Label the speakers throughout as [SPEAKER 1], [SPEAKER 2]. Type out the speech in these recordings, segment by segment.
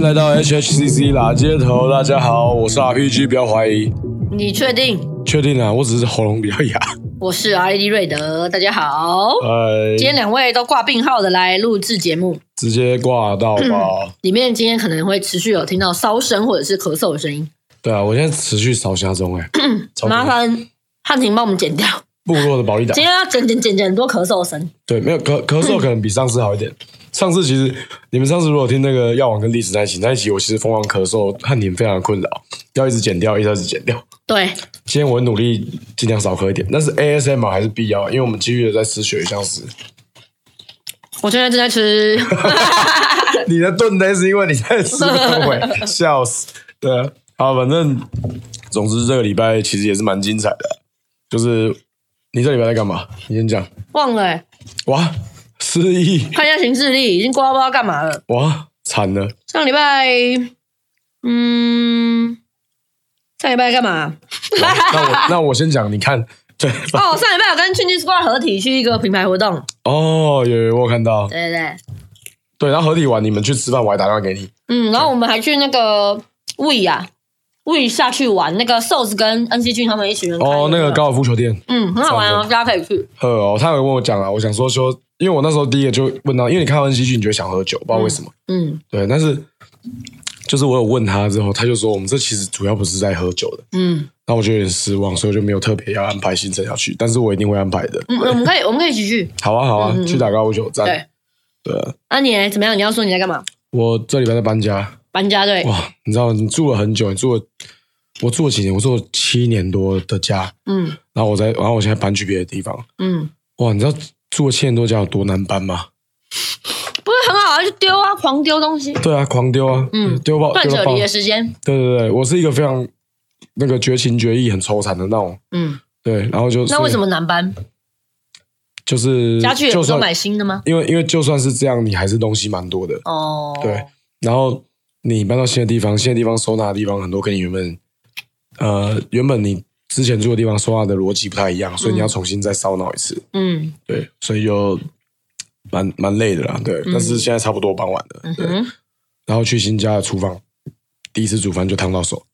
[SPEAKER 1] 来到 HHCC 啦街头，大家好，我是 RPG，不要怀疑，
[SPEAKER 2] 你确定？
[SPEAKER 1] 确定啊啦，我只是喉咙比较 哑。
[SPEAKER 2] 我是 R.E.D. 瑞德，大家好。
[SPEAKER 1] 哎，
[SPEAKER 2] 今天两位都挂病号的来录制节目，
[SPEAKER 1] 直接挂到吧。
[SPEAKER 2] 里面今天可能会持续有听到烧声或者是咳嗽的声音，
[SPEAKER 1] 对啊，我现在持续扫虾中哎、超
[SPEAKER 2] 嗯麻烦汉庭帮我们剪掉。
[SPEAKER 1] 部落的保利达
[SPEAKER 2] 今。天要剪剪剪剪很多咳嗽声，
[SPEAKER 1] 对，没有咳咳嗽可能比上次好一点。上次其实你们上次如果听那个药王跟历史那一集，那一集我其实疯狂咳嗽，和你们非常的困扰，要一直剪掉，一直要一直剪掉。
[SPEAKER 2] 对，
[SPEAKER 1] 今天我努力尽量少喝一点，但是 ASMR 还是必要，因为我们继续的在吃血鱼相思。
[SPEAKER 2] 我现在正在吃，
[SPEAKER 1] 你的顿呆是因为你在吃后悔，笑死。对啊，好，反正总之这个礼拜其实也是蛮精彩的，就是你这礼拜在干嘛？你先讲。
[SPEAKER 2] 忘了、欸、
[SPEAKER 1] 哇，失忆，
[SPEAKER 2] 看一下行事历，已经挂不知道干嘛了。
[SPEAKER 1] 哇，惨了，
[SPEAKER 2] 上礼拜，嗯，上礼拜干嘛？
[SPEAKER 1] 哇那我那我先讲，你看，对
[SPEAKER 2] 哦，上礼拜我跟 Change Squad 合体去一个品牌活动，
[SPEAKER 1] 哦，有有我有看到，
[SPEAKER 2] 对对对，
[SPEAKER 1] 对，然后合体完你们去吃饭，我还打电话给你，
[SPEAKER 2] 嗯，然后我们还去那个 We 啊，We 下去玩，那个瘦子跟恩熙俊他们一群人开
[SPEAKER 1] 哦，那个，高尔夫球店，
[SPEAKER 2] 嗯，很好玩哦，大家可以去。
[SPEAKER 1] 喝哦，他有跟我讲啊，我想说说，因为我那时候第一个就问到，因为你看完戏剧，你就会想喝酒，不知道为什么，
[SPEAKER 2] 嗯
[SPEAKER 1] 对，但是就是我有问他之后，他就说我们这其实主要不是在喝酒的，
[SPEAKER 2] 嗯
[SPEAKER 1] 那我就有点失望，所以我就没有特别要安排行程要去，但是我一定会安排的。
[SPEAKER 2] 嗯，我们可以我们可以一起去。
[SPEAKER 1] 好啊，好啊，
[SPEAKER 2] 嗯嗯
[SPEAKER 1] 去打高尔夫球站。
[SPEAKER 2] 对，
[SPEAKER 1] 对啊，
[SPEAKER 2] 那、你呢怎么样？你要说你在干嘛？
[SPEAKER 1] 我这礼拜在搬家，
[SPEAKER 2] 搬家对，
[SPEAKER 1] 哇，你知道你住了很久，你住了我住了几年，我住了七年多的家，
[SPEAKER 2] 嗯
[SPEAKER 1] 然后我在，然后我现在搬去别的地方，
[SPEAKER 2] 嗯，
[SPEAKER 1] 哇，你知道住了七年多家有多难搬吗？
[SPEAKER 2] 不是很好啊，就丢啊，狂丢东西，
[SPEAKER 1] 对啊，狂丢啊，
[SPEAKER 2] 嗯
[SPEAKER 1] 丢爆，
[SPEAKER 2] 断
[SPEAKER 1] 丢
[SPEAKER 2] 舍
[SPEAKER 1] 到爆
[SPEAKER 2] 离，的时间。
[SPEAKER 1] 对对对，我是一个非常那个绝情绝义、很抽惨的那种，
[SPEAKER 2] 嗯，
[SPEAKER 1] 对，然后就
[SPEAKER 2] 那为什么难搬？
[SPEAKER 1] 就是
[SPEAKER 2] 家具也
[SPEAKER 1] 就
[SPEAKER 2] 不是
[SPEAKER 1] 算
[SPEAKER 2] 都买新的吗？
[SPEAKER 1] 因为因为就算是这样，你还是东西蛮多的。
[SPEAKER 2] 哦，
[SPEAKER 1] 对，然后你搬到新的地方，新的地方收纳的地方很多，跟你原本呃原本你之前住的地方收纳的逻辑不太一样，所以你要重新再烧脑一次。
[SPEAKER 2] 嗯
[SPEAKER 1] 对，所以就蛮蛮累的啦。对，但是现在差不多搬完了。
[SPEAKER 2] 嗯
[SPEAKER 1] 对，
[SPEAKER 2] 哼，
[SPEAKER 1] 然后去新家的厨房，第一次煮饭就烫到 手。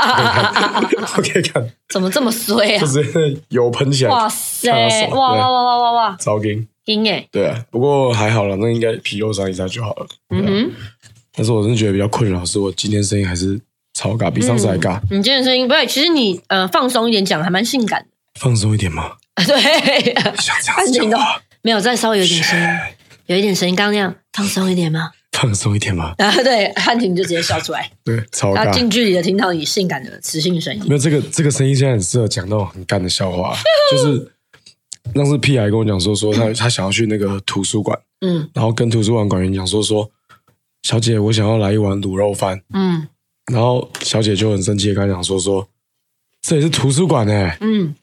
[SPEAKER 1] 我可以看，
[SPEAKER 2] 怎么这么衰啊
[SPEAKER 1] 就？直接油喷起来。
[SPEAKER 2] 哇塞
[SPEAKER 1] 烫到，手
[SPEAKER 2] 哇
[SPEAKER 1] 对
[SPEAKER 2] 哇哇哇哇哇，
[SPEAKER 1] 糟心。
[SPEAKER 2] 硬哎，
[SPEAKER 1] 对啊，不过还好了，那应该皮肉伤一下就好了。啊
[SPEAKER 2] 嗯哼。
[SPEAKER 1] 但是我真的觉得比较困扰，是我今天声音还是超尬，比上次还尬。
[SPEAKER 2] 你今天的声音不对，其实你呃放松一点讲，还蛮性感的。
[SPEAKER 1] 放松一点嘛，
[SPEAKER 2] 对，
[SPEAKER 1] 像这样子讲话，
[SPEAKER 2] 没有，再稍微有一点声音， 有一点声音，刚刚那样放松一点 嘛。
[SPEAKER 1] 放松一点嘛。
[SPEAKER 2] 然后啊对，汉庭就直接笑出来，
[SPEAKER 1] 对，超
[SPEAKER 2] 他
[SPEAKER 1] 尬。
[SPEAKER 2] 近距离的听到你性感的磁性声音。
[SPEAKER 1] 没有这个这个声音现在很适合讲那种很干的笑 话，就是当时屁孩跟我讲说说他他想要去那个图书馆，
[SPEAKER 2] 嗯
[SPEAKER 1] 然后跟图书馆馆员讲说说小姐我想要来一碗卤肉饭，
[SPEAKER 2] 嗯
[SPEAKER 1] 然后小姐就很生气地跟他讲说说这里是图书馆哎、
[SPEAKER 2] 嗯，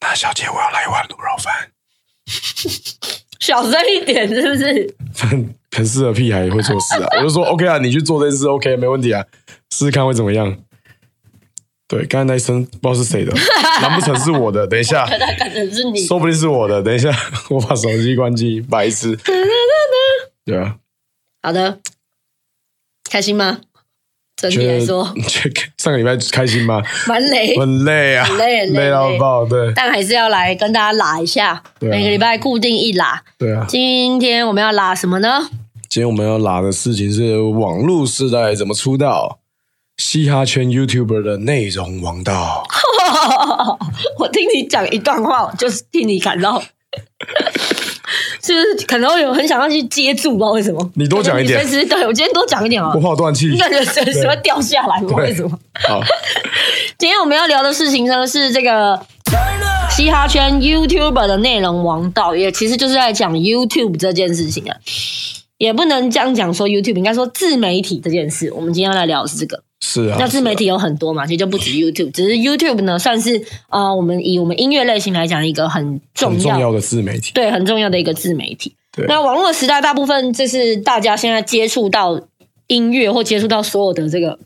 [SPEAKER 1] 那小姐我要来一碗卤肉 饭。
[SPEAKER 2] 小声一点，是不是？
[SPEAKER 1] 很很适合屁孩也会做事 啊。我就说 OK 啊，你去做这件事 OK 没问题啊，试试看会怎么样。对，刚才那一声不知道是 谁的，难不成是我的？等一 下，
[SPEAKER 2] 那可能是你。
[SPEAKER 1] 说不定是我的。等一下， 我把手机关机，白 痴。对啊，
[SPEAKER 2] 好的，开心吗？整体
[SPEAKER 1] 觉
[SPEAKER 2] 来
[SPEAKER 1] 得
[SPEAKER 2] 说，
[SPEAKER 1] 觉得 上个礼拜开心 吗？
[SPEAKER 2] 蛮累，
[SPEAKER 1] 很累啊，
[SPEAKER 2] 很累很累
[SPEAKER 1] 到爆。对
[SPEAKER 2] 但还是要来跟大家拉一下。
[SPEAKER 1] 对啊
[SPEAKER 2] 每个礼拜固定一拉。
[SPEAKER 1] 对啊，
[SPEAKER 2] 今天我们要拉什么呢？
[SPEAKER 1] 今天我们要拉的事情是网络时代怎么出道，嘻哈圈 YouTuber 的内容王道。
[SPEAKER 2] 我听你讲一段话，我就是替你感到， 就是可能会有很想要去接住，不知道为什么。
[SPEAKER 1] 你多讲一点
[SPEAKER 2] 可是你随时对我今天多讲一点啊
[SPEAKER 1] 我，好断 气
[SPEAKER 2] 你。感觉随时会掉下来，不知道为什么。
[SPEAKER 1] 好，
[SPEAKER 2] 今天我们要聊的事情呢是这个嘻哈圈 YouTuber 的内容王道，也其实就是在讲 YouTube 这件事情啊。也不能这样讲说 YouTube，应该说自媒体这件事。我们今天要来聊的是这个。
[SPEAKER 1] 是啊，
[SPEAKER 2] 那自媒体有很多嘛，其实就不止 YouTube，只是 YouTube 呢算是呃，我们以我们音乐类型来讲一个很重
[SPEAKER 1] 啊很
[SPEAKER 2] 要，
[SPEAKER 1] 重要的自媒体。
[SPEAKER 2] 对，很重要的一个自媒体
[SPEAKER 1] 对。
[SPEAKER 2] 那网络时代，大部分就是大家现在接触到音乐或接触到所有的这个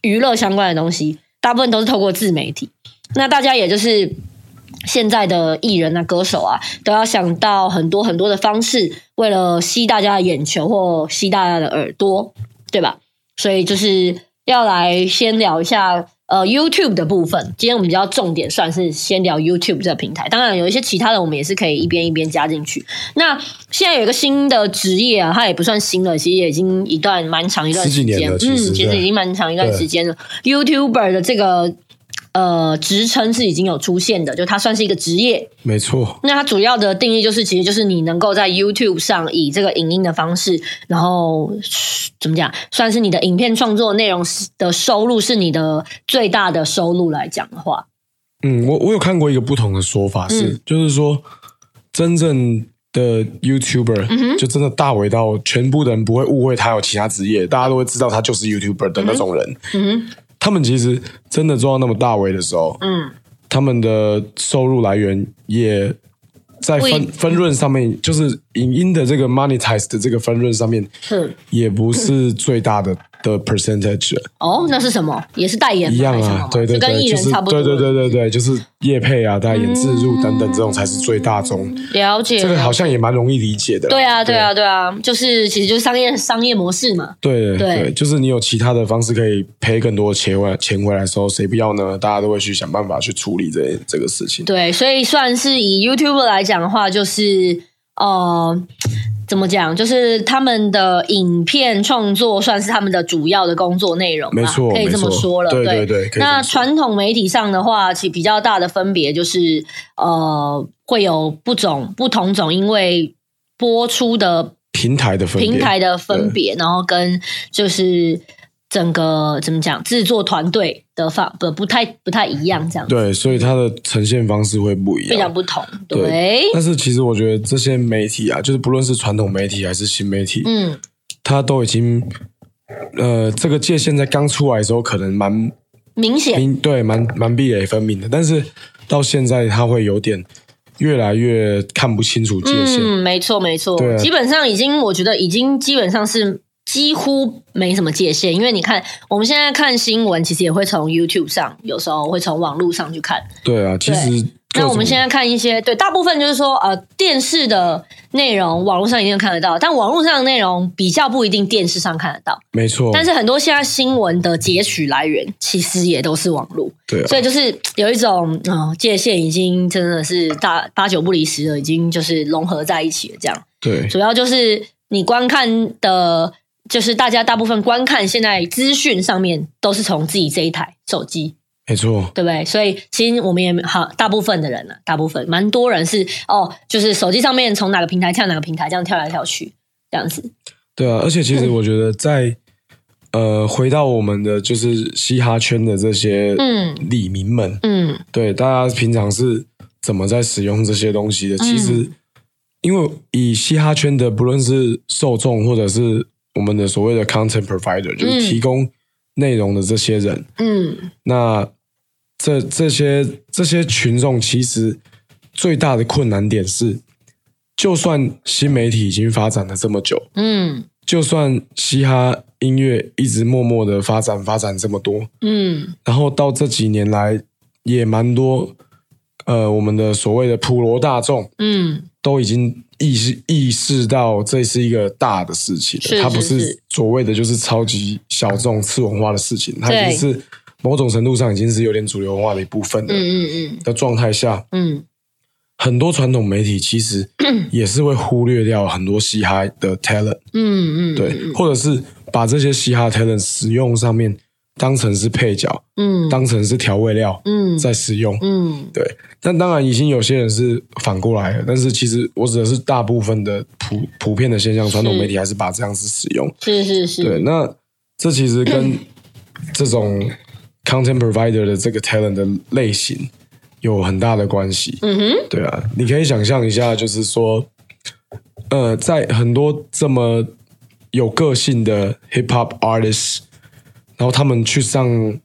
[SPEAKER 2] 娱乐相关的东西，大部分都是透过自媒体。那大家也就是现在的艺人啊、歌手啊，都要想到很多很多的方式，为了吸大家的眼球或吸大家的耳朵，对吧？所以就是要来先聊一下呃 YouTube 的部分。今天我们比较重点算是先聊 YouTube 这个平台，当然有一些其他的我们也是可以一边一边加进去。那现在有一个新的职业啊，它也不算新了，其实也已经一段蛮长一段时
[SPEAKER 1] 十几
[SPEAKER 2] 间，
[SPEAKER 1] 年了
[SPEAKER 2] 嗯，
[SPEAKER 1] 其实
[SPEAKER 2] 其实
[SPEAKER 1] 对
[SPEAKER 2] 已经蛮长一段时间了。YouTuber 的这个呃职称是已经有出现的，就它算是一个职业。
[SPEAKER 1] 没错，
[SPEAKER 2] 那它主要的定义就是，其实就是你能够在 YouTube 上以这个影音的方式，然后怎么讲，算是你的影片创作内容的收入是你的最大的收入来讲的话，
[SPEAKER 1] 嗯，我我有看过一个不同的说法是，
[SPEAKER 2] 嗯
[SPEAKER 1] 就是说真正的 YouTuber、就
[SPEAKER 2] 嗯
[SPEAKER 1] 真的大伟到全部的人不会误会他有其他职业，大家都会知道他就是 YouTuber 的那种人。
[SPEAKER 2] 嗯哼
[SPEAKER 1] 他们其实真的做到那么大伟的时候，
[SPEAKER 2] 嗯，
[SPEAKER 1] 他们的收入来源也在
[SPEAKER 2] 不一
[SPEAKER 1] 分分润上面，就是影音的这个 monetize 的这个分润上面，
[SPEAKER 2] 是
[SPEAKER 1] 也不是最大的的 percentage 了
[SPEAKER 2] 哦，那是什么？也是代言
[SPEAKER 1] 嗯
[SPEAKER 2] 吗
[SPEAKER 1] 一样
[SPEAKER 2] 还是什么
[SPEAKER 1] 啊
[SPEAKER 2] 吗，
[SPEAKER 1] 对对
[SPEAKER 2] 就跟
[SPEAKER 1] 对，
[SPEAKER 2] 艺
[SPEAKER 1] 就
[SPEAKER 2] 人
[SPEAKER 1] 是
[SPEAKER 2] 差不多，嗯
[SPEAKER 1] 对对对对对，就是业配啊、代言、自入等等这种才是最大宗，
[SPEAKER 2] 对，了解，
[SPEAKER 1] 这个好像也蛮容易理解的啦。
[SPEAKER 2] 对啊对啊对啊，就是其实就是商业商业模式嘛，
[SPEAKER 1] 对对
[SPEAKER 2] 对
[SPEAKER 1] 对，就是你有其他的方式可以赔更多钱回来，钱回来的时候，谁不要呢？大家都会去想办法去处理这这个事情。
[SPEAKER 2] 对，所以算是以 YouTube 来讲的话，就是呃，怎么讲，就是他们的影片创作算是他们的主要的工作内容吧，
[SPEAKER 1] 没错
[SPEAKER 2] 啊可以这么
[SPEAKER 1] 没错
[SPEAKER 2] 说了。
[SPEAKER 1] 对
[SPEAKER 2] 对
[SPEAKER 1] 对对可以这么
[SPEAKER 2] 那
[SPEAKER 1] 说
[SPEAKER 2] 传统媒体上的话，其比较大的分别就是呃，会有不种不同种，因为播出的
[SPEAKER 1] 平台的分别，
[SPEAKER 2] 平台的分别，然后跟就是。整个怎么讲，制作团队的方不不太不太一样，这样
[SPEAKER 1] 对，所以它的呈现方式会不一
[SPEAKER 2] 非常
[SPEAKER 1] 样。
[SPEAKER 2] 不同，
[SPEAKER 1] 对
[SPEAKER 2] 对，
[SPEAKER 1] 但是其实我觉得这些媒体啊，就是不论是传统媒体还是新媒体，
[SPEAKER 2] 嗯，
[SPEAKER 1] 它都已经呃这个界限在刚出来的时候可能蛮
[SPEAKER 2] 明显，
[SPEAKER 1] 明对蛮蛮壁垒分明的，但是到现在它会有点越来越看不清楚界限。
[SPEAKER 2] 嗯，没错没错
[SPEAKER 1] 对，啊
[SPEAKER 2] 基本上已经，我觉得已经基本上是几乎没什么界限，因为你看我们现在看新闻，其实也会从 YouTube 上，有时候会从网络上去看。
[SPEAKER 1] 对啊，其实各
[SPEAKER 2] 那我们
[SPEAKER 1] 种
[SPEAKER 2] 现在看一些，对，大部分就是说，呃，电视的内容网络上一定看得到，但网络上的内容比较不一定电视上看得到。
[SPEAKER 1] 没错，
[SPEAKER 2] 但是很多现在新闻的截取来源，其实也都是网络。
[SPEAKER 1] 对啊，
[SPEAKER 2] 所以就是有一种啊、呃界限已经真的是大八九不离十了，已经就是融合在一起了。这样，
[SPEAKER 1] 对
[SPEAKER 2] 主要就是你观看的，就是大家大部分观看现在资讯上面都是从自己这一台手机，
[SPEAKER 1] 没错，
[SPEAKER 2] 对不对？所以其实我们也好，大部分的人呢、啊，大部分蛮多人是哦，就是手机上面从哪个平台跳哪个平台，这样跳来跳去，这样子。
[SPEAKER 1] 对啊。而且其实
[SPEAKER 2] 嗯
[SPEAKER 1] 我觉得在、呃回到我们的就是嘻哈圈的这些
[SPEAKER 2] 嗯
[SPEAKER 1] 李民们，
[SPEAKER 2] 嗯
[SPEAKER 1] 对，大家平常是怎么在使用这些东西的？其实，因为以嘻哈圈的，不论是受众或者是我们的所谓的 content provider，就
[SPEAKER 2] 嗯
[SPEAKER 1] 是提供内容的这些人，
[SPEAKER 2] 嗯，
[SPEAKER 1] 那这这些这些群众其实最大的困难点是，就算新媒体已经发展了这么久，
[SPEAKER 2] 嗯
[SPEAKER 1] 就算嘻哈音乐一直默默的发展发展这么多，
[SPEAKER 2] 嗯
[SPEAKER 1] 然后到这几年来也蛮多，呃，我们的所谓的普罗大众
[SPEAKER 2] 嗯，
[SPEAKER 1] 都已经意识意识到这是一个大的事情了，
[SPEAKER 2] 是
[SPEAKER 1] 它不是
[SPEAKER 2] 是是
[SPEAKER 1] 所谓的就是超级小众次文化的事情，它已
[SPEAKER 2] 对
[SPEAKER 1] 经是某种程度上已经是有点主流文化的一部分
[SPEAKER 2] 嗯
[SPEAKER 1] 的、
[SPEAKER 2] 嗯
[SPEAKER 1] 的状态下，
[SPEAKER 2] 嗯
[SPEAKER 1] 很多传统媒体其 实也是会忽略掉很多嘻哈的 talent，
[SPEAKER 2] 嗯嗯嗯，
[SPEAKER 1] 对，或者是把这些嘻哈 talent 使用上面当成是配角，
[SPEAKER 2] 嗯
[SPEAKER 1] 当成是调味料
[SPEAKER 2] 嗯
[SPEAKER 1] 在使用，
[SPEAKER 2] 嗯。
[SPEAKER 1] 对，但当然已经有些人是反过来了，但是其实我指的是大部分的普普遍的现象，传统媒体还是把这样子使用。
[SPEAKER 2] 是是是，
[SPEAKER 1] 对，那这其实 跟这种 content provider 的这个 talent 的类型有很大的关系。
[SPEAKER 2] 嗯哼，
[SPEAKER 1] 对啊，你可以想象一下，就是说，呃，在很多这么有个性的 hip hop artist，然后他们去上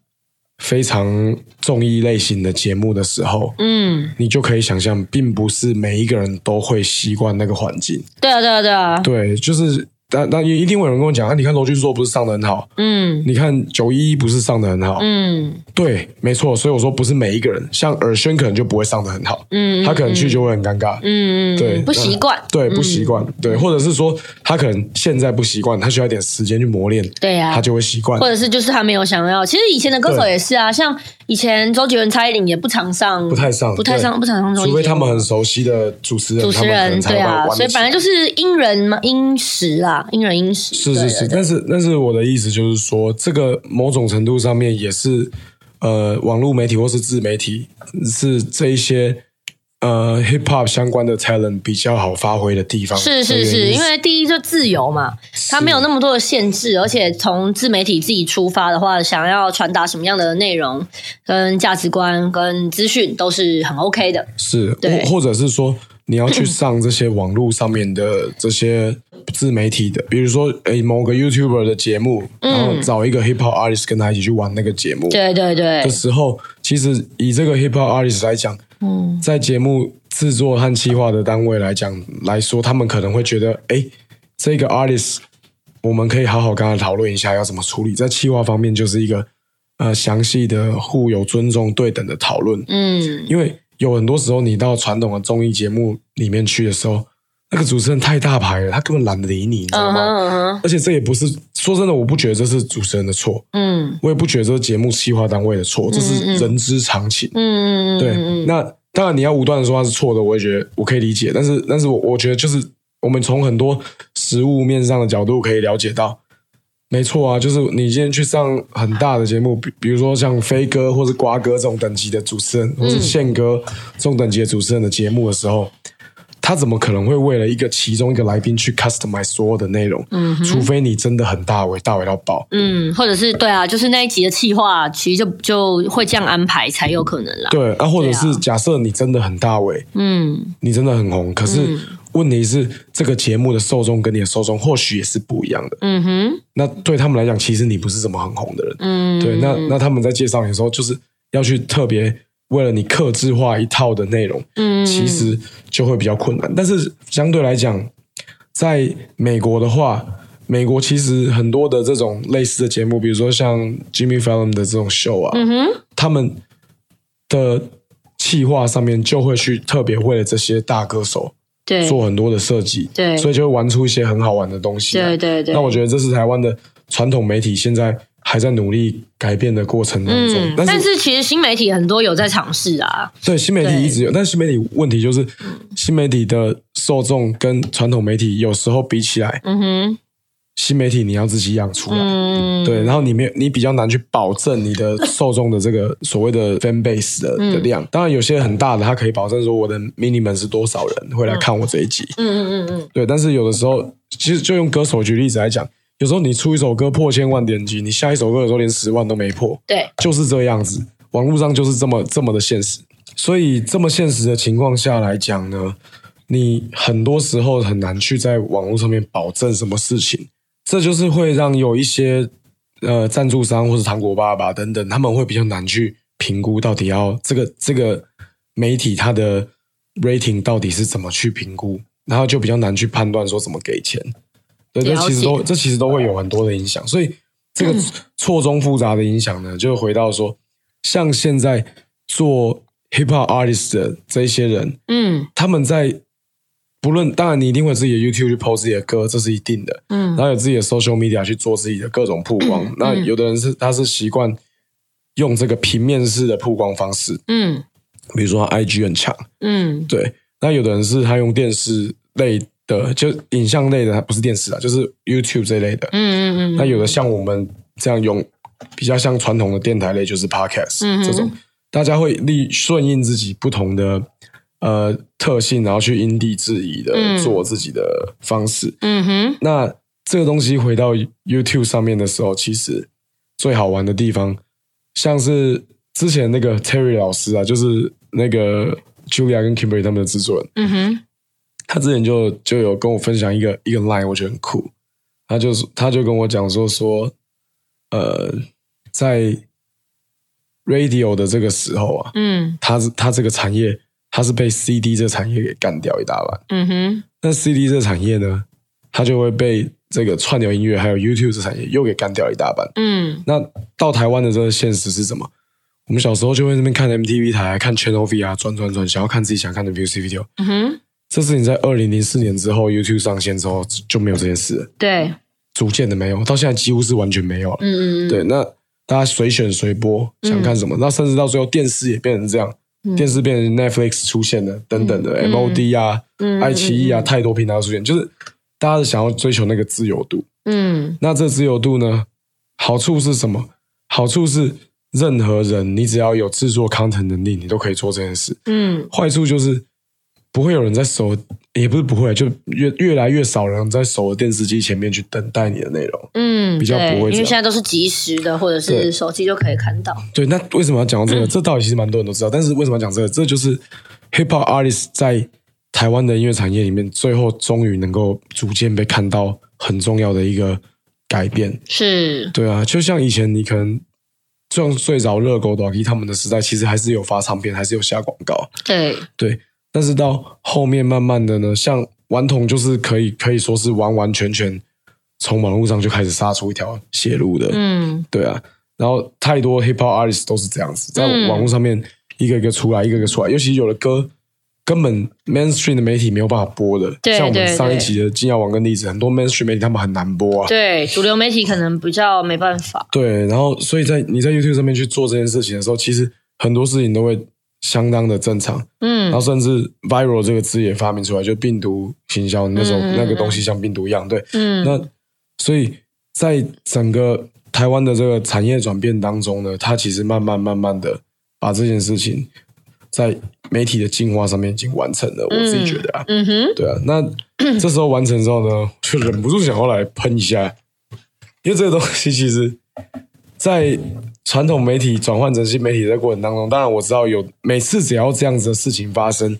[SPEAKER 1] 非常综艺类型的节目的时候，
[SPEAKER 2] 嗯，
[SPEAKER 1] 你就可以想象，并不是每一个人都会习惯那个环境。
[SPEAKER 2] 对啊，对啊，对啊，
[SPEAKER 1] 对，就是但但也一定会有人跟我讲啊，你看罗俊硕不是上的很好，
[SPEAKER 2] 嗯
[SPEAKER 1] 你看九一一不是上的很好，
[SPEAKER 2] 嗯
[SPEAKER 1] 对，没错。所以我说不是每一个人，像尔轩可能就不会上的很好，
[SPEAKER 2] 嗯
[SPEAKER 1] 他可能去就会很尴尬，
[SPEAKER 2] 嗯嗯，
[SPEAKER 1] 对
[SPEAKER 2] 不习惯，
[SPEAKER 1] 对，不习惯，对，或者是说他可能现在不习惯，他需要一点时间去磨练，
[SPEAKER 2] 对呀、
[SPEAKER 1] 他就会习惯
[SPEAKER 2] 或，者是就是他没有想要。其实以前的歌手
[SPEAKER 1] 对
[SPEAKER 2] 也是啊，像以前周杰伦、蔡依林也不常上，
[SPEAKER 1] 不太上，
[SPEAKER 2] 不太
[SPEAKER 1] 对
[SPEAKER 2] 上，不常上综艺节
[SPEAKER 1] 除
[SPEAKER 2] 目，
[SPEAKER 1] 非他们很熟悉的主持人，
[SPEAKER 2] 主持
[SPEAKER 1] 他们可
[SPEAKER 2] 人
[SPEAKER 1] 能才
[SPEAKER 2] 对
[SPEAKER 1] 有办法
[SPEAKER 2] 啊，
[SPEAKER 1] 玩
[SPEAKER 2] 所
[SPEAKER 1] 得
[SPEAKER 2] 以
[SPEAKER 1] 起
[SPEAKER 2] 本来就是因人嘛，因时啦，因人因时。
[SPEAKER 1] 是
[SPEAKER 2] 对
[SPEAKER 1] 是
[SPEAKER 2] 对
[SPEAKER 1] 是，
[SPEAKER 2] 对
[SPEAKER 1] 但是但是我的意思就是说，这个某种程度上面也是呃，网络媒体或是自媒体是这一些呃 hip hop 相关的 talent 比较好发挥的地方。
[SPEAKER 2] 是是
[SPEAKER 1] 的原
[SPEAKER 2] 是，
[SPEAKER 1] 因
[SPEAKER 2] 因为第一就自由嘛，它没有那么多的限制，而且从自媒体自己出发的话，想要传达什么样的内容、跟价值观、跟资讯都是很 OK 的。
[SPEAKER 1] 是，
[SPEAKER 2] 对
[SPEAKER 1] 或或者是说你要 去上这些网络上面的这些自媒体的，比如说诶某个 YouTuber 的节目，然后找一个 hip hop artist 跟他一起去玩那个节目。
[SPEAKER 2] 嗯对对对
[SPEAKER 1] 的，时候，其实以这个 hip hop artist 来讲，
[SPEAKER 2] 嗯，
[SPEAKER 1] 在节目制作和企划的单位来讲来说，他们可能会觉得，哎，这个 artist 我们可以好好跟他讨论一下要怎么处理。在企划方面，就是一个呃详细的互有尊重、对等的讨论。
[SPEAKER 2] 嗯，
[SPEAKER 1] 因为有很多时候，你到传统的综艺节目里面去的时候，那个主持人太大牌了，他根本懒得理你，你知道
[SPEAKER 2] 嗯哼
[SPEAKER 1] 吗？
[SPEAKER 2] 嗯哼，
[SPEAKER 1] 而且这也不是说真的，我不觉得这是主持人的错，
[SPEAKER 2] 嗯
[SPEAKER 1] 我也不觉得这是节目企划单位的错，这
[SPEAKER 2] 嗯嗯
[SPEAKER 1] 是人之常情。
[SPEAKER 2] 嗯嗯，
[SPEAKER 1] 对，
[SPEAKER 2] 嗯嗯
[SPEAKER 1] 那当然你要武断的说它是错的，我也觉得我可以理解。但是，但是我我觉得就是我们从很多实物面上的角度可以了解到，没错啊，就是你今天去上很大的节目，比比如说像飞哥或是瓜哥这种等级的主持人，或是宪哥这种等级的主持人的节目的时候。他怎么可能会为了一个其中一个来宾去 customize 所有的内容？嗯，除非你真的很大尾，大尾到爆。
[SPEAKER 2] 嗯，或者是对啊，就是那一集的企划，其实就就会这样安排才有可能啦。
[SPEAKER 1] 对啊，或者
[SPEAKER 2] 对
[SPEAKER 1] 是假设你真的很大尾，
[SPEAKER 2] 嗯，
[SPEAKER 1] 你真的很红，可是问题是、这个节目的受众跟你的受众或许也是不一样的。
[SPEAKER 2] 嗯哼，
[SPEAKER 1] 那对他们来讲，其实你不是什么很红的人，
[SPEAKER 2] 嗯，
[SPEAKER 1] 对，那那他们在介绍你的时候，就是要去特别为了你克制化一套的内容，
[SPEAKER 2] 嗯
[SPEAKER 1] 其实就会比较困难。但是相对来讲，在美国的话，美国其实很多的这种类似的节目，比如说像 Jimmy Fallon 的这种秀啊，
[SPEAKER 2] 嗯哼，
[SPEAKER 1] 他们的企划上面就会去特别为了这些大歌手
[SPEAKER 2] 对，
[SPEAKER 1] 做很多的设计，
[SPEAKER 2] 对
[SPEAKER 1] 所以就会玩出一些很好玩的东西来。
[SPEAKER 2] 对对对
[SPEAKER 1] 那我觉得这是台湾的传统媒体现在还在努力改变的过程当中，
[SPEAKER 2] 嗯，但是其实新媒体很多有在尝试啊，
[SPEAKER 1] 对新媒
[SPEAKER 2] 对嗯
[SPEAKER 1] 体一直有，但新媒体问题就是新媒体的受众跟传统媒体有时候比起来，
[SPEAKER 2] 嗯哼，
[SPEAKER 1] 新媒体你要自己养出来。
[SPEAKER 2] 嗯，
[SPEAKER 1] 对，然后你没有，你比较难去保证你的受众的这个 所谓的 fan base 的
[SPEAKER 2] 嗯
[SPEAKER 1] 的量。当然，有些很大的，他可以保证说我的 minimum 是多少人会来看我这一集。
[SPEAKER 2] 嗯嗯嗯嗯，
[SPEAKER 1] 对，但是有的时候，其实就用歌手举例子来讲，有时候你出一首歌破千万点击，你下一首歌有时候连十万都没破，
[SPEAKER 2] 对，
[SPEAKER 1] 就是这样子。网络上就是这么这么的现实，所以这么现实的情况下来讲呢，你很多时候很难去在网络上面保证什么事情，这就是会让有一些呃赞助商或是糖果爸爸等等，他们会比较难去评估到底要这个这个媒体它的 rating 到底是怎么去评估，然后就比较难去判断说怎么给钱。对，这
[SPEAKER 2] 了解嗯
[SPEAKER 1] 其实都这其实都会有很多的影响，所以这个错综复杂的影响呢，就回到说，像现在做 hip hop artist 的这一些人，
[SPEAKER 2] 嗯
[SPEAKER 1] 他们在不论当然你一定会有自己的 YouTube 去 post 自己的歌，这是一定的，然
[SPEAKER 2] 嗯
[SPEAKER 1] 后有自己的 social media 去做自己的各种曝光。那有的人是他是习惯用这个平面式的曝光方式，
[SPEAKER 2] 嗯
[SPEAKER 1] 比如说他 IG 很强，
[SPEAKER 2] 嗯
[SPEAKER 1] 对，那有的人是他用电视类的，就影像类的，他不是电视啊，就是 YouTube 这类的。
[SPEAKER 2] 嗯嗯
[SPEAKER 1] 那有的像我们这样用比较像传统的电台类，就是 Podcast、
[SPEAKER 2] 嗯哼
[SPEAKER 1] 这种，大家会利顺应自己不同的呃特性，然后去因地制宜的
[SPEAKER 2] 嗯
[SPEAKER 1] 做自己的方式。
[SPEAKER 2] 嗯哼，
[SPEAKER 1] 那这个东西回到 YouTube 上面的时候，其实最好玩的地方，像是之前那个 Terry 老师啊，就是那个 Julia 跟 Kimberly 他们的制作人，
[SPEAKER 2] 嗯哼，
[SPEAKER 1] 他之前就就有跟我分享一个一个 line，我觉得很酷。他就是他就跟我讲说说，呃，在 radio 的这个时候啊，
[SPEAKER 2] 嗯
[SPEAKER 1] 他是他这个产业，他是被 CD 这个产业给干掉一大半。
[SPEAKER 2] 嗯哼，
[SPEAKER 1] 那 CD 这个产业呢，它就会被这个串流音乐还有 YouTube 这产业又给干掉一大半。
[SPEAKER 2] 嗯
[SPEAKER 1] 那到台湾的这个现实是什么？我们小时候就会在那边看 MTV 台、看 Channel V 啊，转转转，想要看自己想看的 music video。
[SPEAKER 2] 嗯哼，
[SPEAKER 1] 这事情在二零零四年之后 YouTube 上线之后就没有这件事了，
[SPEAKER 2] 对，
[SPEAKER 1] 逐渐的没有，到现在几乎是完全没有了。
[SPEAKER 2] 嗯嗯嗯
[SPEAKER 1] 对，那大家随选随播，想看什么，那甚至到最后电视也变成这样，电视变成 Netflix 出现了等等的、MOD 啊、
[SPEAKER 2] 嗯
[SPEAKER 1] 爱奇艺啊，太多平台出现，就是大家想要追求那个自由度。
[SPEAKER 2] 嗯
[SPEAKER 1] 那这自由度呢，好处是什么？好处是任何人，你只要有制作 content 能力，你都可以做这件事。
[SPEAKER 2] 嗯
[SPEAKER 1] 坏处就是不会有人在守，也不是不会，就越越来越少人在守着电视机前面去等待你的内容。
[SPEAKER 2] 嗯，
[SPEAKER 1] 比较
[SPEAKER 2] 对
[SPEAKER 1] 不会这样
[SPEAKER 2] 因为现在都是即时的，或者是
[SPEAKER 1] 对
[SPEAKER 2] 手机就可以看到。
[SPEAKER 1] 对，那为什么要讲到这个？这道理其实蛮多人都知道，但是为什么要讲这个？这就是 hip hop artist 在台湾的音乐产业里面，最后终于能够逐渐被看到很重要的一个改变。
[SPEAKER 2] 是，
[SPEAKER 1] 对啊，就像以前你可能。像最早热狗、短 K 他们的时代，其实还是有发唱片，还是有下广告。
[SPEAKER 2] 对，
[SPEAKER 1] 对，但是到后面慢慢的呢，像顽童就是可以可以说是完完全全从网络上就开始杀出一条血路的，
[SPEAKER 2] 嗯
[SPEAKER 1] 对啊。然后太多 hip hop artist 都是这样子，在
[SPEAKER 2] 嗯
[SPEAKER 1] 网络上面一个一个出来，一个一个出来，尤其有的歌根本 mainstream 的媒体没有办法播的，
[SPEAKER 2] 对
[SPEAKER 1] 像我
[SPEAKER 2] 对
[SPEAKER 1] 们上
[SPEAKER 2] 对
[SPEAKER 1] 一集的金耀王跟例子，很多 mainstream 媒体他们很难播啊，
[SPEAKER 2] 对，主流媒体可能比较没办法。
[SPEAKER 1] 对，然后所以在你在 YouTube 上面去做这件事情的时候，其实很多事情都会相当的正常，然
[SPEAKER 2] 嗯
[SPEAKER 1] 后甚至 viral 这个词也发明出来，就病毒行销那种、
[SPEAKER 2] 嗯嗯嗯
[SPEAKER 1] 那个东西像病毒一样，对。
[SPEAKER 2] 嗯
[SPEAKER 1] 那所以在整个台湾的这个产业转变当中呢，它其实慢慢慢慢的把这件事情在媒体的进化上面已经完成了，我自己觉得啊，
[SPEAKER 2] 嗯哼，
[SPEAKER 1] 对啊。那这时候完成之后呢，就忍不住想要来喷一下，因为这个东西其实，在传统媒体转换成新媒体的过程当中，当然我知道有每次只要这样子的事情发生，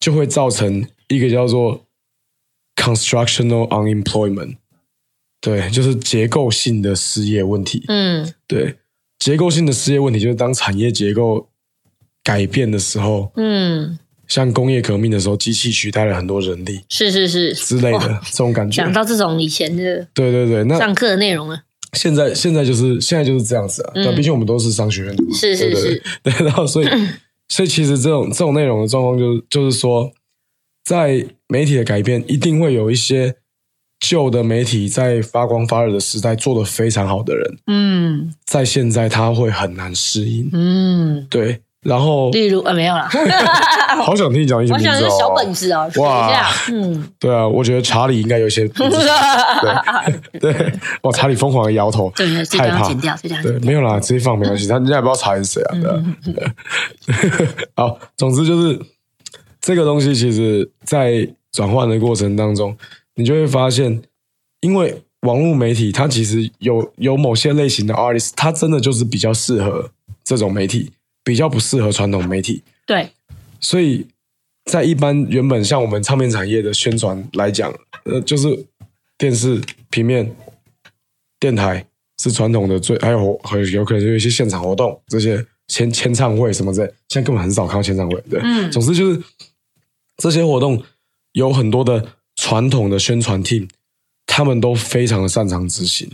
[SPEAKER 1] 就会造成一个叫做 constructional unemployment，对，就是结构性的失业问题。
[SPEAKER 2] 嗯
[SPEAKER 1] 对，结构性的失业问题就是当产业结构改变的时候，
[SPEAKER 2] 嗯，
[SPEAKER 1] 像工业革命的时候，机器取代了很多人力
[SPEAKER 2] 是是是。
[SPEAKER 1] 之类
[SPEAKER 2] 哇
[SPEAKER 1] 的这种感觉
[SPEAKER 2] 讲。到这种以前的
[SPEAKER 1] 对对对，那
[SPEAKER 2] 上课的内容了，
[SPEAKER 1] 现在现在就是现在就是这样子啊，
[SPEAKER 2] 嗯
[SPEAKER 1] 对啊，毕竟我们都是商学院的嘛，
[SPEAKER 2] 是是
[SPEAKER 1] 对对
[SPEAKER 2] 是， 嗯
[SPEAKER 1] 对，对然后所以所以其实这种这种内容的状况就是就是说，在媒体的改变一定会有一些旧的媒体在发光发热的时代做的非常好的人，
[SPEAKER 2] 嗯
[SPEAKER 1] 在现在他会很难适应，
[SPEAKER 2] 嗯，
[SPEAKER 1] 对，然后
[SPEAKER 2] 例如啊没有啦，
[SPEAKER 1] 好想听你讲一些
[SPEAKER 2] 我
[SPEAKER 1] 名字
[SPEAKER 2] 啊想是
[SPEAKER 1] 哦，
[SPEAKER 2] 小本子哦，写一
[SPEAKER 1] 哇
[SPEAKER 2] 下， 嗯，
[SPEAKER 1] 对啊，我觉得查理应该有一些名 字对，哇，查理疯狂的摇头，
[SPEAKER 2] 对，这
[SPEAKER 1] 害
[SPEAKER 2] 段要
[SPEAKER 1] 怕
[SPEAKER 2] 剪。掉，这嗯段要
[SPEAKER 1] 对
[SPEAKER 2] 剪，掉
[SPEAKER 1] 没有啦，直接放没关系，他人家也不知道查人谁啊。对啊
[SPEAKER 2] 嗯
[SPEAKER 1] 对 好，总之就是这个东西，其实在转换的过程当中，你就会发现，因为网络媒体它其实有有某些类型的 artist，它真的就是比较适合这种媒体，比较不适合传统媒体。
[SPEAKER 2] 对，
[SPEAKER 1] 所以在一般原本像我们唱片产业的宣传来讲，呃，就是电视、平面、电台是传统的最，还有还有有可能有一些现场活动，这些签签唱会什么之类，现在根本很少看到签唱会。对，
[SPEAKER 2] 嗯
[SPEAKER 1] 总之就是这些活动有很多的传统的宣传 team，他们都非常的擅长执行。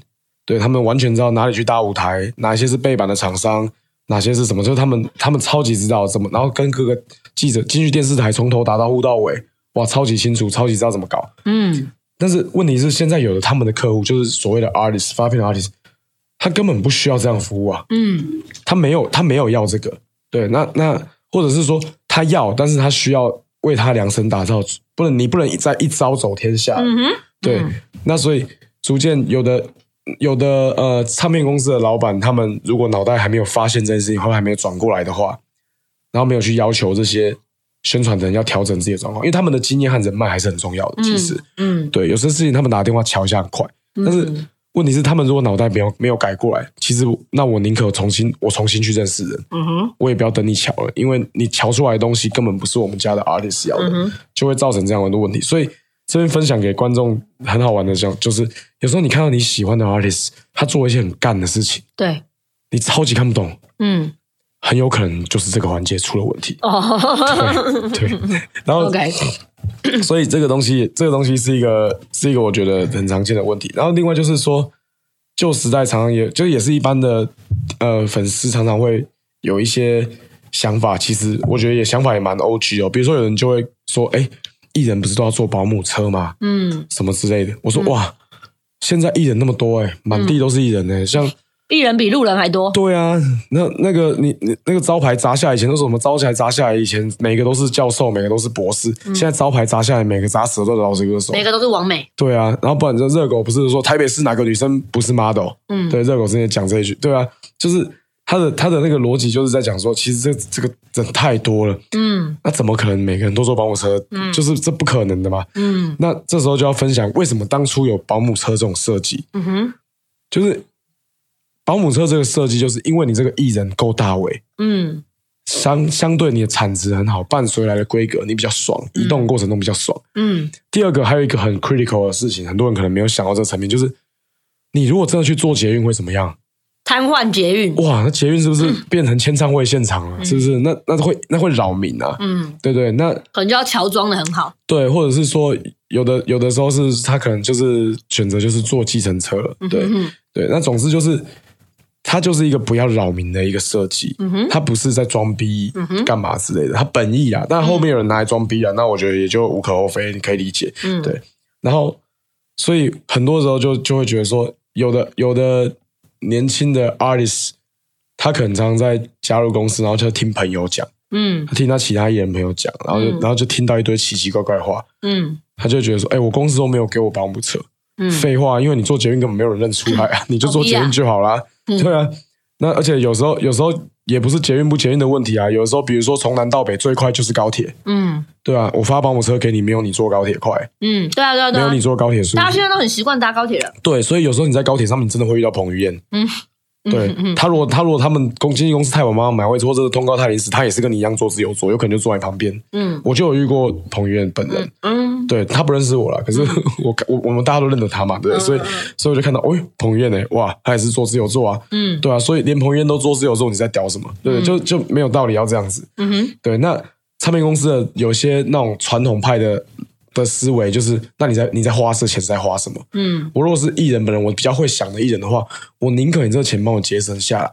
[SPEAKER 1] 对他们完全知道哪里去搭舞台，哪些是背板的厂商，哪些是什么，就是他们他们超级知道怎么，然后跟各个记者进去电视台从头打到户到尾，哇，超级清楚，超级知道怎么搞。
[SPEAKER 2] 嗯
[SPEAKER 1] 但是问题是，现在有的他们的客户就是所谓的 artist 发片的 artist，他根本不需要这样服务啊，
[SPEAKER 2] 嗯
[SPEAKER 1] 他没有他没有要这个，对，那那或者是说他要，但是他需要为他量身打造，不能你不能在一招走天下，
[SPEAKER 2] 嗯哼，
[SPEAKER 1] 对，那所以逐渐有的有的呃，唱片公司的老板，他们如果脑袋还没有发现这件事情，或还没有转过来的话，然后没有去要求这些宣传的人要调整自己的状况，因为他们的经验和人脉还是很重要的。其实，
[SPEAKER 2] 嗯
[SPEAKER 1] 对，有些事情他们打电话瞧一下很快，但是问题是他们如果脑袋没有没有改过来，其实那我宁可重新我重新去认识人，
[SPEAKER 2] 嗯哼，
[SPEAKER 1] 我也不要等你瞧了，因为你瞧出来的东西根本不是我们家的 artist 要的，
[SPEAKER 2] 嗯
[SPEAKER 1] 就会造成这样的问题。所以这边分享给观众很好玩的，像就是有时候你看到你喜欢的 artist，他做一些很干的事情，
[SPEAKER 2] 对，
[SPEAKER 1] 你超级看不懂，
[SPEAKER 2] 嗯。
[SPEAKER 1] 很有可能就是这个环节出了问题
[SPEAKER 2] 哦
[SPEAKER 1] 对，对然后
[SPEAKER 2] ，OK，
[SPEAKER 1] 所以这个东西，这个东西是一个是一个我觉得很常见的问题。然后另外就是说，旧时代常常也就也是一般的呃粉丝常常会有一些想法，其实我觉得也想法也蛮 O G 哦。比如说有人就会说，哎，艺人不是都要坐保姆车吗？
[SPEAKER 2] 嗯，
[SPEAKER 1] 什么之类的。我说、哇，现在艺人那么多哎、满地都是艺人哎、像。
[SPEAKER 2] 艺人比路人还多。
[SPEAKER 1] 对啊，那那个你你那个招牌砸下来，以前都是什么招牌砸下来，以前每个都是教授，每个都是博士，现在招牌砸下来，每个砸死的都是老师歌手。
[SPEAKER 2] 每个都是王美，
[SPEAKER 1] 对啊，然后不然就热狗不是说台北市哪个女生不是 model？
[SPEAKER 2] 嗯
[SPEAKER 1] 对，热狗之前讲这一句，对啊，就是他的他的那个逻辑就是在讲说，其实这这个人太多了，
[SPEAKER 2] 嗯
[SPEAKER 1] 那怎么可能每个人都坐保姆车？就是这不可能的嘛。
[SPEAKER 2] 嗯
[SPEAKER 1] 那这时候就要分享为什么当初有保姆车这种设计，
[SPEAKER 2] 嗯哼，
[SPEAKER 1] 就是保姆车这个设计，就是因为你这个艺人够大尾，
[SPEAKER 2] 嗯
[SPEAKER 1] 相相对你的产值很好，伴随来的规格你比较爽，移动过程中比较爽。
[SPEAKER 2] 嗯
[SPEAKER 1] 第二个还有一个很 critical 的事情，很多人可能没有想到这个层面，就是你如果真的去做捷运会怎么样？
[SPEAKER 2] 瘫痪捷运，
[SPEAKER 1] 哇，那捷运是不
[SPEAKER 2] 嗯
[SPEAKER 1] 是变成签唱会现场啊了？是不是？那那会那会扰民啊，
[SPEAKER 2] 嗯，
[SPEAKER 1] 对对？那
[SPEAKER 2] 可能就要乔装的很好，
[SPEAKER 1] 对，或者是说有的有的时候是他可能就是选择就是坐计程车了，对。
[SPEAKER 2] 嗯哼
[SPEAKER 1] 对，那总之就是，它就是一个不要扰民的一个设计，
[SPEAKER 2] 嗯哼
[SPEAKER 1] 它不是在装逼
[SPEAKER 2] 嗯哼
[SPEAKER 1] 干嘛之类的，它本意啊，但后面有人拿来装逼啊，那我觉得也就无可厚非，你可以理解。
[SPEAKER 2] 嗯
[SPEAKER 1] 对然后，所以很多时候就就会觉得说，有的有的年轻的 artist，他可能常常在加入公司，然后就听朋友讲，
[SPEAKER 2] 嗯
[SPEAKER 1] 他听到其他艺人朋友讲，然后就、
[SPEAKER 2] 嗯
[SPEAKER 1] 然后就听到一堆奇奇怪怪的话，
[SPEAKER 2] 嗯
[SPEAKER 1] 他就觉得说，哎、我公司都没有给我保姆车，
[SPEAKER 2] 嗯，
[SPEAKER 1] 废话，因为你做捷运根本没有人认出来啊，你就做捷运就好啦。
[SPEAKER 2] 嗯
[SPEAKER 1] 对啊，那而且有时候有时候也不是捷运不捷运的问题啊，有时候比如说从南到北最快就是高铁，
[SPEAKER 2] 嗯
[SPEAKER 1] 对啊，我发保姆车给你，没有你坐高铁快，
[SPEAKER 2] 嗯，对啊对啊
[SPEAKER 1] 没
[SPEAKER 2] 对
[SPEAKER 1] 有
[SPEAKER 2] 啊
[SPEAKER 1] 你，坐高铁舒
[SPEAKER 2] 大家
[SPEAKER 1] 服。
[SPEAKER 2] 现在都很习惯搭高铁了，
[SPEAKER 1] 对，所以有时候你在高铁上面，你真的会遇到彭于晏。
[SPEAKER 2] 嗯
[SPEAKER 1] 对他，如果他如果他们公经纪公司太晚帮他买位置，或者是通告太临时，他也是跟你一样坐自由座，有可能就坐在旁边。
[SPEAKER 2] 嗯
[SPEAKER 1] 我就有遇过彭于晏本人，
[SPEAKER 2] 嗯
[SPEAKER 1] 对他不认识我了，可是 我我我们大家都认得他嘛，对，
[SPEAKER 2] 嗯
[SPEAKER 1] 所以
[SPEAKER 2] 嗯
[SPEAKER 1] 所以我就看到，哎，彭于晏哎，哇，他也是做自由座啊，
[SPEAKER 2] 嗯
[SPEAKER 1] 对啊，所以连彭于晏都做自由座，你在屌什么？对不对，就就没有道理要这样子。
[SPEAKER 2] 嗯哼
[SPEAKER 1] 对，那唱片公司的有些那种传统派的的思维，就是那你在你在花这钱是在花什么？
[SPEAKER 2] 嗯
[SPEAKER 1] 我如果是艺人本人，我比较会想的艺人的话，我宁可你这个钱帮我节省下来，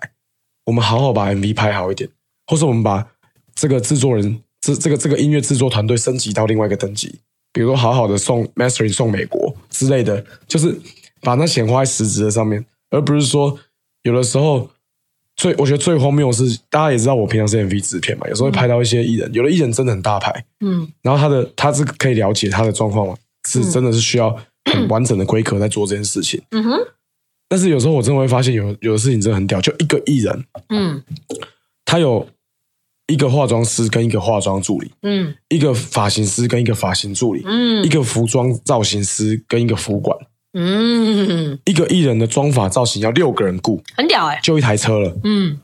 [SPEAKER 1] 我们好好把 MV 拍好一点，或是我们把这个制作人这这个这个音乐制作团队升级到另外一个等级，比如说好好的送 mastering 送美国之类的，就是把那钱花在实质的上面，而不是说有的时候。最我觉得最荒谬的是，大家也知道我平常是 MV 制片嘛，有时候会拍到一些艺人，有的艺人真的很大牌，
[SPEAKER 2] 嗯
[SPEAKER 1] 然后他的他是可以了解他的状况嘛，是真的是需要很完整的规格在做这件事情。
[SPEAKER 2] 嗯哼
[SPEAKER 1] 但是有时候我真的会发现有有的事情真的很屌，就一个艺人，
[SPEAKER 2] 嗯
[SPEAKER 1] 他有一个化妆师跟一个化妆助理，
[SPEAKER 2] 嗯
[SPEAKER 1] 一个发型师跟一个发型助理，一
[SPEAKER 2] 嗯
[SPEAKER 1] 个服装造型师跟一个服管，
[SPEAKER 2] 嗯，
[SPEAKER 1] 一个艺人的妆发造型要六个人雇，
[SPEAKER 2] 很屌哎，
[SPEAKER 1] 就一台车了。
[SPEAKER 2] 嗯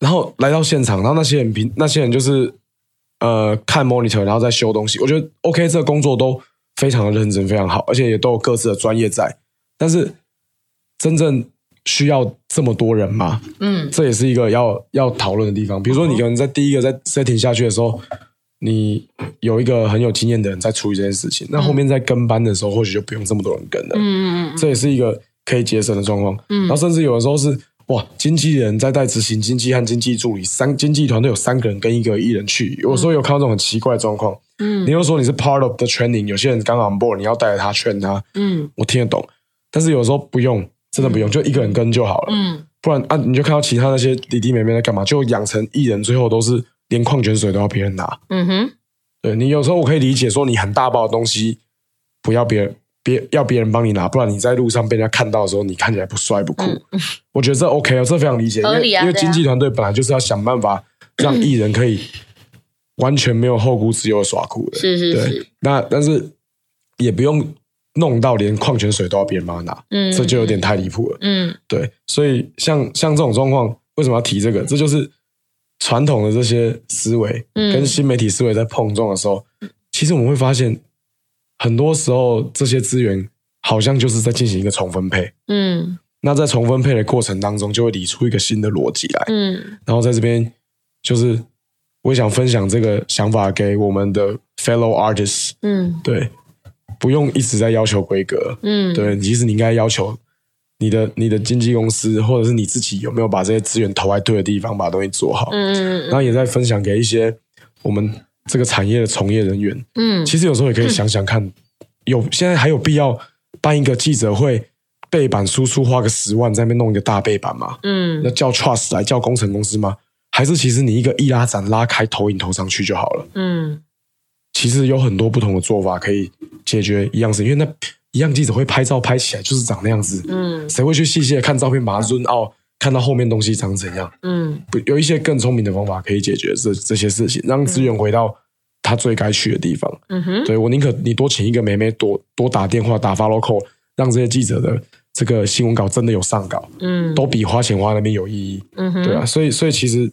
[SPEAKER 1] 然后来到现场，然后那些人平那些人就是呃看 monitor，然后再修东西。我觉得 OK，这个工作都非常的认真，非常好，而且也都有各自的专业在。但是真正需要这么多人吗？
[SPEAKER 2] 嗯
[SPEAKER 1] 这也是一个要要讨论的地方。比如说，你可能在第一个在 setting 下去的时候，你有一个很有经验的人在处理这件事情，那后面在跟班的时候，或许就不用这么多人跟了。
[SPEAKER 2] 嗯嗯嗯
[SPEAKER 1] 这也是一个可以节省的状况。
[SPEAKER 2] 嗯
[SPEAKER 1] 然后甚至有的时候是哇，经纪人在带执行经纪和经纪助理三经纪团队有三个人跟一个艺人去，有时候有看到这种很奇怪的状况。你
[SPEAKER 2] 嗯
[SPEAKER 1] 又说你是 part of the training，有些人刚 on board，你要带着他劝他，
[SPEAKER 2] 嗯
[SPEAKER 1] 我听得懂，但是有时候不用，真的不用，就一个人跟就好了。
[SPEAKER 2] 嗯
[SPEAKER 1] 不然啊，你就看到其他那些弟弟妹妹在干嘛，就养成艺人最后都是连矿泉水都要别人拿。
[SPEAKER 2] 嗯哼
[SPEAKER 1] 对你有时候我可以理解说你很大包的东西，不要别人别要别人帮你拿，不然你在路上被人家看到的时候，你看起来不帅不酷。我觉得这 OK 哦，这非常理解，因
[SPEAKER 2] 嗯合
[SPEAKER 1] 为
[SPEAKER 2] 理啊
[SPEAKER 1] 因为
[SPEAKER 2] 对啊
[SPEAKER 1] 经纪团队本来就是要想办法让艺人可以完全没有后顾之忧地耍酷的。
[SPEAKER 2] 是是
[SPEAKER 1] 对
[SPEAKER 2] 是，
[SPEAKER 1] 那但是也不用弄到连矿泉水都要别人帮他拿，
[SPEAKER 2] 嗯
[SPEAKER 1] 这就有点太离谱了。
[SPEAKER 2] 嗯
[SPEAKER 1] 对，所以像像这种状况，为什么要提这个？这就是传统的这些思维
[SPEAKER 2] 嗯
[SPEAKER 1] 跟新媒体思维在碰撞的时候，其实我们会发现，很多时候这些资源好像就是在进行一个重分配。
[SPEAKER 2] 嗯
[SPEAKER 1] 那在重分配的过程当中，就会理出一个新的逻辑来。
[SPEAKER 2] 嗯
[SPEAKER 1] 然后在这边，就是我也想分享这个想法给我们的 fans fellow artists，
[SPEAKER 2] 嗯
[SPEAKER 1] 对，不用一直在要求规格，
[SPEAKER 2] 嗯，
[SPEAKER 1] 对，其实你应该要求你的你的经纪公司或者是你自己有没有把这些资源投在对的地方，把东西做好，
[SPEAKER 2] 嗯
[SPEAKER 1] 然后也在分享给一些我们这个产业的从业人员，
[SPEAKER 2] 嗯
[SPEAKER 1] 其实有时候也可以想想看，有现在还有必要办一个记者会，背板输出花个十万在那边弄一个大背板吗？
[SPEAKER 2] 嗯
[SPEAKER 1] 那叫 Trust 来叫工程公司吗？还是其实你一个易拉展拉开投影投上去就好了？
[SPEAKER 2] 嗯
[SPEAKER 1] 其实有很多不同的做法可以解决一样事，因为那一样记者会拍照拍起来就是长那样子，
[SPEAKER 2] 嗯
[SPEAKER 1] 谁会去细细的看照片把它 zoom out，看到后面东西长怎样？
[SPEAKER 2] 嗯
[SPEAKER 1] 不有一些更聪明的方法可以解决这这些事情，让资源回到它最该去的地方。
[SPEAKER 2] 嗯哼，
[SPEAKER 1] 对我宁可你多请一个妹妹多多打电话打发 local，让这些记者的这个新闻稿真的有上稿，
[SPEAKER 2] 嗯
[SPEAKER 1] 都比花钱花那边有意义，
[SPEAKER 2] 嗯哼，
[SPEAKER 1] 对啊，所以所以其实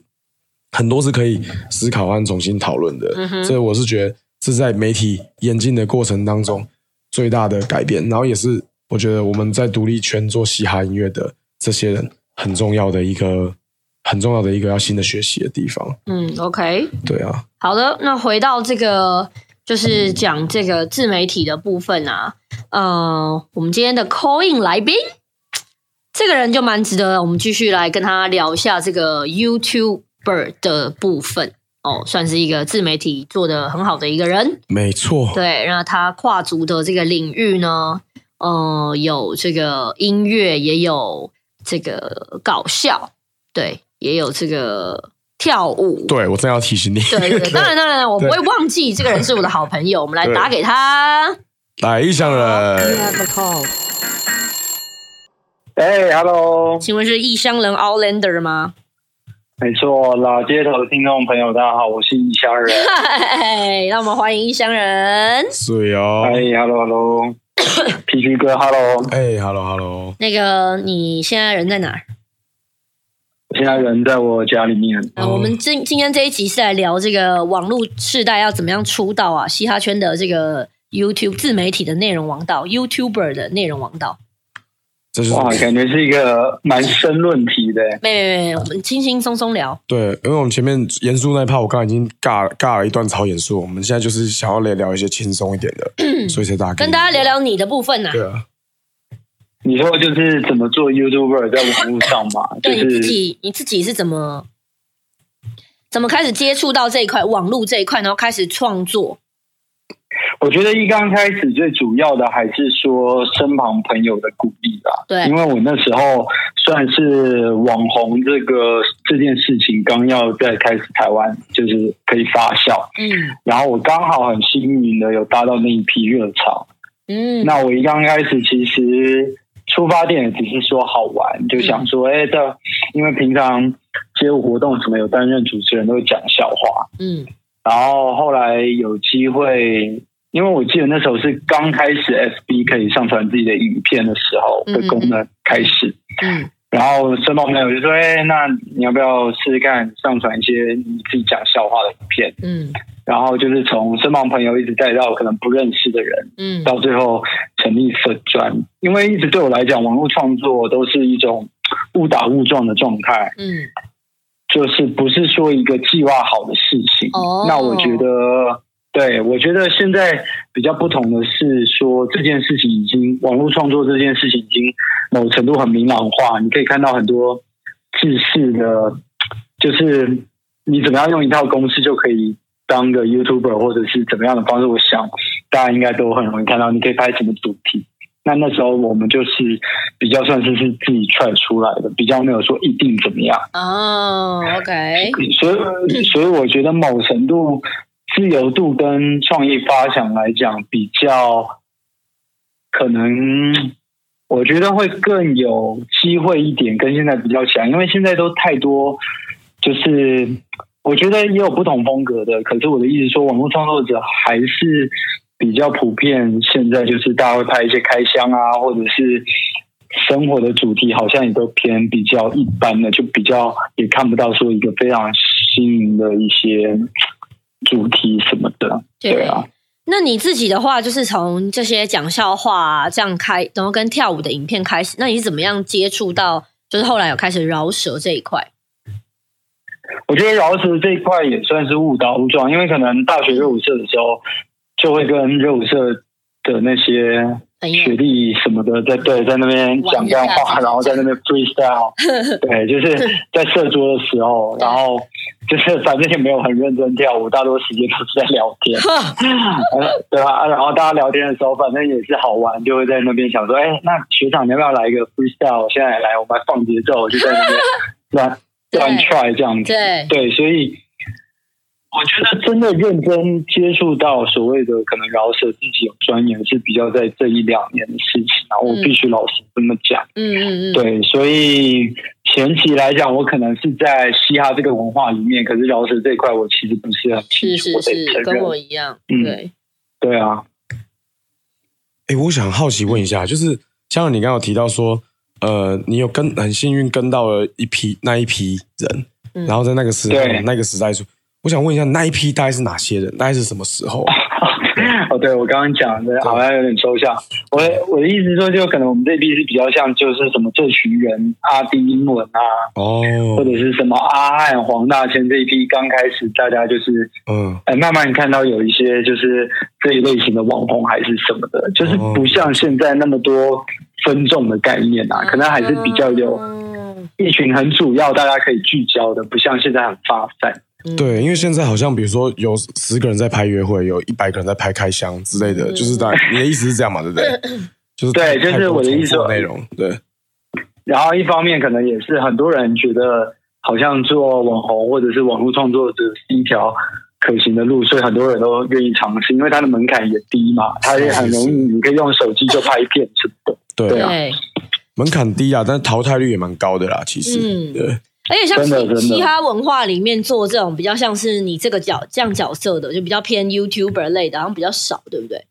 [SPEAKER 1] 很多是可以思考和重新讨论的，
[SPEAKER 2] 嗯哼
[SPEAKER 1] 所以我是觉得这是在媒体演进的过程当中最大的改变，然后也是我觉得我们在独立圈做嘻哈音乐的这些人很重要的一个很重要的一个要新的学习的地方，
[SPEAKER 2] 嗯 OK，
[SPEAKER 1] 对啊，
[SPEAKER 2] 好的，那回到这个就是讲这个自媒体的部分啊，呃，我们今天的 call in 来宾，这个人就蛮值得我们继续来跟他聊一下这个 YouTuber 的部分哦，算是一个自媒体做的很好的一个人。
[SPEAKER 1] 没错，
[SPEAKER 2] 对，那他跨足的这个领域呢，呃，有这个音乐，也有这个搞笑，对，也有这个跳舞。
[SPEAKER 1] 对我正要提醒你，
[SPEAKER 2] 对对对，当然当然，我不会忘记这个人是我的好朋友，我们来打给他。
[SPEAKER 1] 来异乡人。
[SPEAKER 3] 哎、h e l l o
[SPEAKER 2] 请问是异乡人 Outlander 吗？
[SPEAKER 3] 没错，老街头的听众朋友，大家好，我是异乡人。
[SPEAKER 2] 嗨，哎让我们欢迎异乡人。
[SPEAKER 1] 水哦
[SPEAKER 3] 哎、，h e l l o Hello，PG 哥，Hello，
[SPEAKER 1] 哎，hello hello，
[SPEAKER 2] 那个，你现在人在哪儿？
[SPEAKER 3] 我现在人在我家里面。
[SPEAKER 2] 呃，
[SPEAKER 1] 哦
[SPEAKER 2] 我们今今天这一集是来聊这个网络世代要怎么样出道啊，嘻哈圈的这个 YouTube 自媒体的内容王道，YouTuber 的内容王道。
[SPEAKER 1] 这就是
[SPEAKER 3] 哇，感觉是一个蛮深论题的。
[SPEAKER 2] 没没没，我们轻轻松松聊。
[SPEAKER 1] 对，因为我们前面严肃那一趴，我刚刚已经尬尬了一段超严肃，我们现在就是想要来聊一些轻松一点的， 所以才打给你
[SPEAKER 2] 跟大家聊。聊你的部分呐、
[SPEAKER 1] 对啊，
[SPEAKER 3] 你说就是怎么做 YouTuber 在网络上 嘛？就
[SPEAKER 2] 对你自
[SPEAKER 3] 是
[SPEAKER 2] 己，你自己是怎么怎么开始接触到这一块网络这一块，然后开始创作？
[SPEAKER 3] 我觉得一刚开始最主要的还是说身旁朋友的鼓励啦。
[SPEAKER 2] 对
[SPEAKER 3] 因为我那时候算是网红这个这件事情刚要在开始台湾就是可以发酵，
[SPEAKER 2] 嗯
[SPEAKER 3] 然后我刚好很幸运的有搭到那一批热潮。
[SPEAKER 2] 嗯
[SPEAKER 3] 那我一刚开始其实出发点也只是说好玩，就想说，哎、这因为平常街舞活动什么有担任主持人都会讲笑话，
[SPEAKER 2] 嗯
[SPEAKER 3] 然后后来有机会。因为我记得那时候是刚开始 FB 可以上传自己的影片的时候的功能开始，
[SPEAKER 2] 嗯
[SPEAKER 3] 然后身旁朋友就说：“哎、那你要不要试试看上传一些你自己讲笑话的影片
[SPEAKER 2] 嗯？”
[SPEAKER 3] 然后就是从身旁朋友一直带到可能不认识的人，
[SPEAKER 2] 嗯
[SPEAKER 3] 到最后成立粉专。因为一直对我来讲，网络创作都是一种误打误撞的状态，
[SPEAKER 2] 嗯
[SPEAKER 3] 就是不是说一个计划好的事情。
[SPEAKER 2] 哦
[SPEAKER 3] 那我觉得，对我觉得现在比较不同的是说，这件事情已经网络创作这件事情已经某程度很明朗化，你可以看到很多制式的，就是你怎么样用一套公式就可以。当个 YouTuber 或者是怎么样的方式，我想大家应该都很容易看到，你可以拍什么主题。那那时候我们就是比较算是是自己踹出来的，比较没有说一定怎么样。
[SPEAKER 2] 哦，OK，
[SPEAKER 3] 所以，所以我觉得某程度自由度跟创意发想来讲，比较可能，我觉得会更有机会一点，跟现在比较起来，因为现在都太多，就是我觉得也有不同风格的。可是我的意思说，网络创作者还是比较普遍，现在就是大家会拍一些开箱啊，或者是生活的主题好像也都偏比较一般的，就比较也看不到说一个非常新颖的一些主题什么的。对啊，
[SPEAKER 2] 那你自己的话，就是从这些讲笑话啊这样开，然后跟跳舞的影片开始，那你是怎么样接触到？就是后来有开始饶舌这一块，
[SPEAKER 3] 我觉得饶舌这一块也算是误打误撞，因为可能大学热舞社的时候，就会跟热舞社的那些
[SPEAKER 2] 朋友
[SPEAKER 3] 学弟什么的在对在那边讲干话，然后在那边 freestyle，对，就是在社桌的时候，然后就是反正也没有很认真跳舞，大多时间都是在聊天，呃 对吧、啊然后大家聊天的时候，反正也是好玩，就会在那边想说，哎，那学长你要不要来一个 freestyle？现在来，我们来放节奏，就在那边乱乱
[SPEAKER 2] 对
[SPEAKER 3] try 这样子。
[SPEAKER 2] 对，
[SPEAKER 3] 对，所以我觉得真的认真接触到所谓的可能饶舌自己有钻研，是比较在这一两年的事情。然后我必须老实这么讲，
[SPEAKER 2] 嗯嗯嗯，
[SPEAKER 3] 对，所以前期来讲，我可能是在嘻哈这个文化里面，可是饶舌这一块我其实不是很清
[SPEAKER 2] 是
[SPEAKER 3] 楚，
[SPEAKER 2] 是
[SPEAKER 3] 我
[SPEAKER 2] 是，
[SPEAKER 3] 得承
[SPEAKER 2] 跟
[SPEAKER 3] 认。
[SPEAKER 2] 我一样，
[SPEAKER 3] 嗯
[SPEAKER 2] 对，
[SPEAKER 3] 对啊，
[SPEAKER 1] 哎，我想好奇问一下，就是像你刚刚有提到说，呃，你有跟很幸运跟到了一批那一批人，
[SPEAKER 2] 嗯
[SPEAKER 1] 然后在那个时候
[SPEAKER 3] 对
[SPEAKER 1] 那个时代出，我想问一下那一批大概是哪些人，大概是什么时 候啊？
[SPEAKER 3] 哦，对，我刚刚讲的好像有点抽象。我的我的意思说，就可能我们这批是比较像，就是什么这群人阿丁英文啊，
[SPEAKER 1] 哦，
[SPEAKER 3] 或者是什么阿汉、黄大千这一批，刚开始大家就是
[SPEAKER 1] 嗯，
[SPEAKER 3] 呃慢慢看到有一些就是这一类型的网红还是什么的，就是
[SPEAKER 1] 哦
[SPEAKER 3] 不像现在那么多分众的概念啊，可能还是比较有
[SPEAKER 2] 嗯
[SPEAKER 3] 一群很主要大家可以聚焦的，不像现在很发散。
[SPEAKER 2] 嗯
[SPEAKER 1] 对，因为现在好像比如说有十个人在拍约会，有一百个人在拍开箱之类的，
[SPEAKER 2] 嗯
[SPEAKER 1] 就是大你的意思是这样嘛，对不 对？就是
[SPEAKER 3] 对就是
[SPEAKER 1] 太多
[SPEAKER 3] 我的意思
[SPEAKER 1] 重复内容，对，
[SPEAKER 3] 然后一方面可能也是很多人觉得好像做网红或者是网络创作者是一条可行的路，所以很多人都愿意尝试，因为它的门槛也低嘛，它也很容易，
[SPEAKER 1] 是
[SPEAKER 3] 你可以用手机就拍片什么的。
[SPEAKER 1] 对，
[SPEAKER 3] 对啊
[SPEAKER 2] 对，
[SPEAKER 1] 门槛低啊，但是淘汰率也蛮高的啦，其实，
[SPEAKER 2] 嗯
[SPEAKER 1] 对，
[SPEAKER 2] 而且像
[SPEAKER 3] 真的真的
[SPEAKER 2] 嘻嘻哈文化里面做这种比较像是你这个角这样角色的，就比较偏 YouTuber 类的，好像比较少，对不对？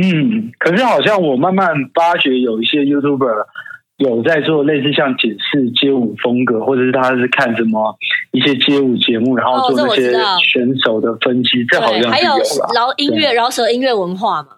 [SPEAKER 3] 嗯，可是好像我慢慢发觉有一些 YouTuber 有在做类似像解释街舞风格，或者是他是看什么一些街舞节目，然后
[SPEAKER 2] 哦
[SPEAKER 3] 做那
[SPEAKER 2] 这我
[SPEAKER 3] 些
[SPEAKER 2] 知道
[SPEAKER 3] 选手的分析，这好像
[SPEAKER 2] 对，还
[SPEAKER 3] 是有
[SPEAKER 2] 有
[SPEAKER 3] 了。
[SPEAKER 2] 饶音乐饶舌音乐文化嘛，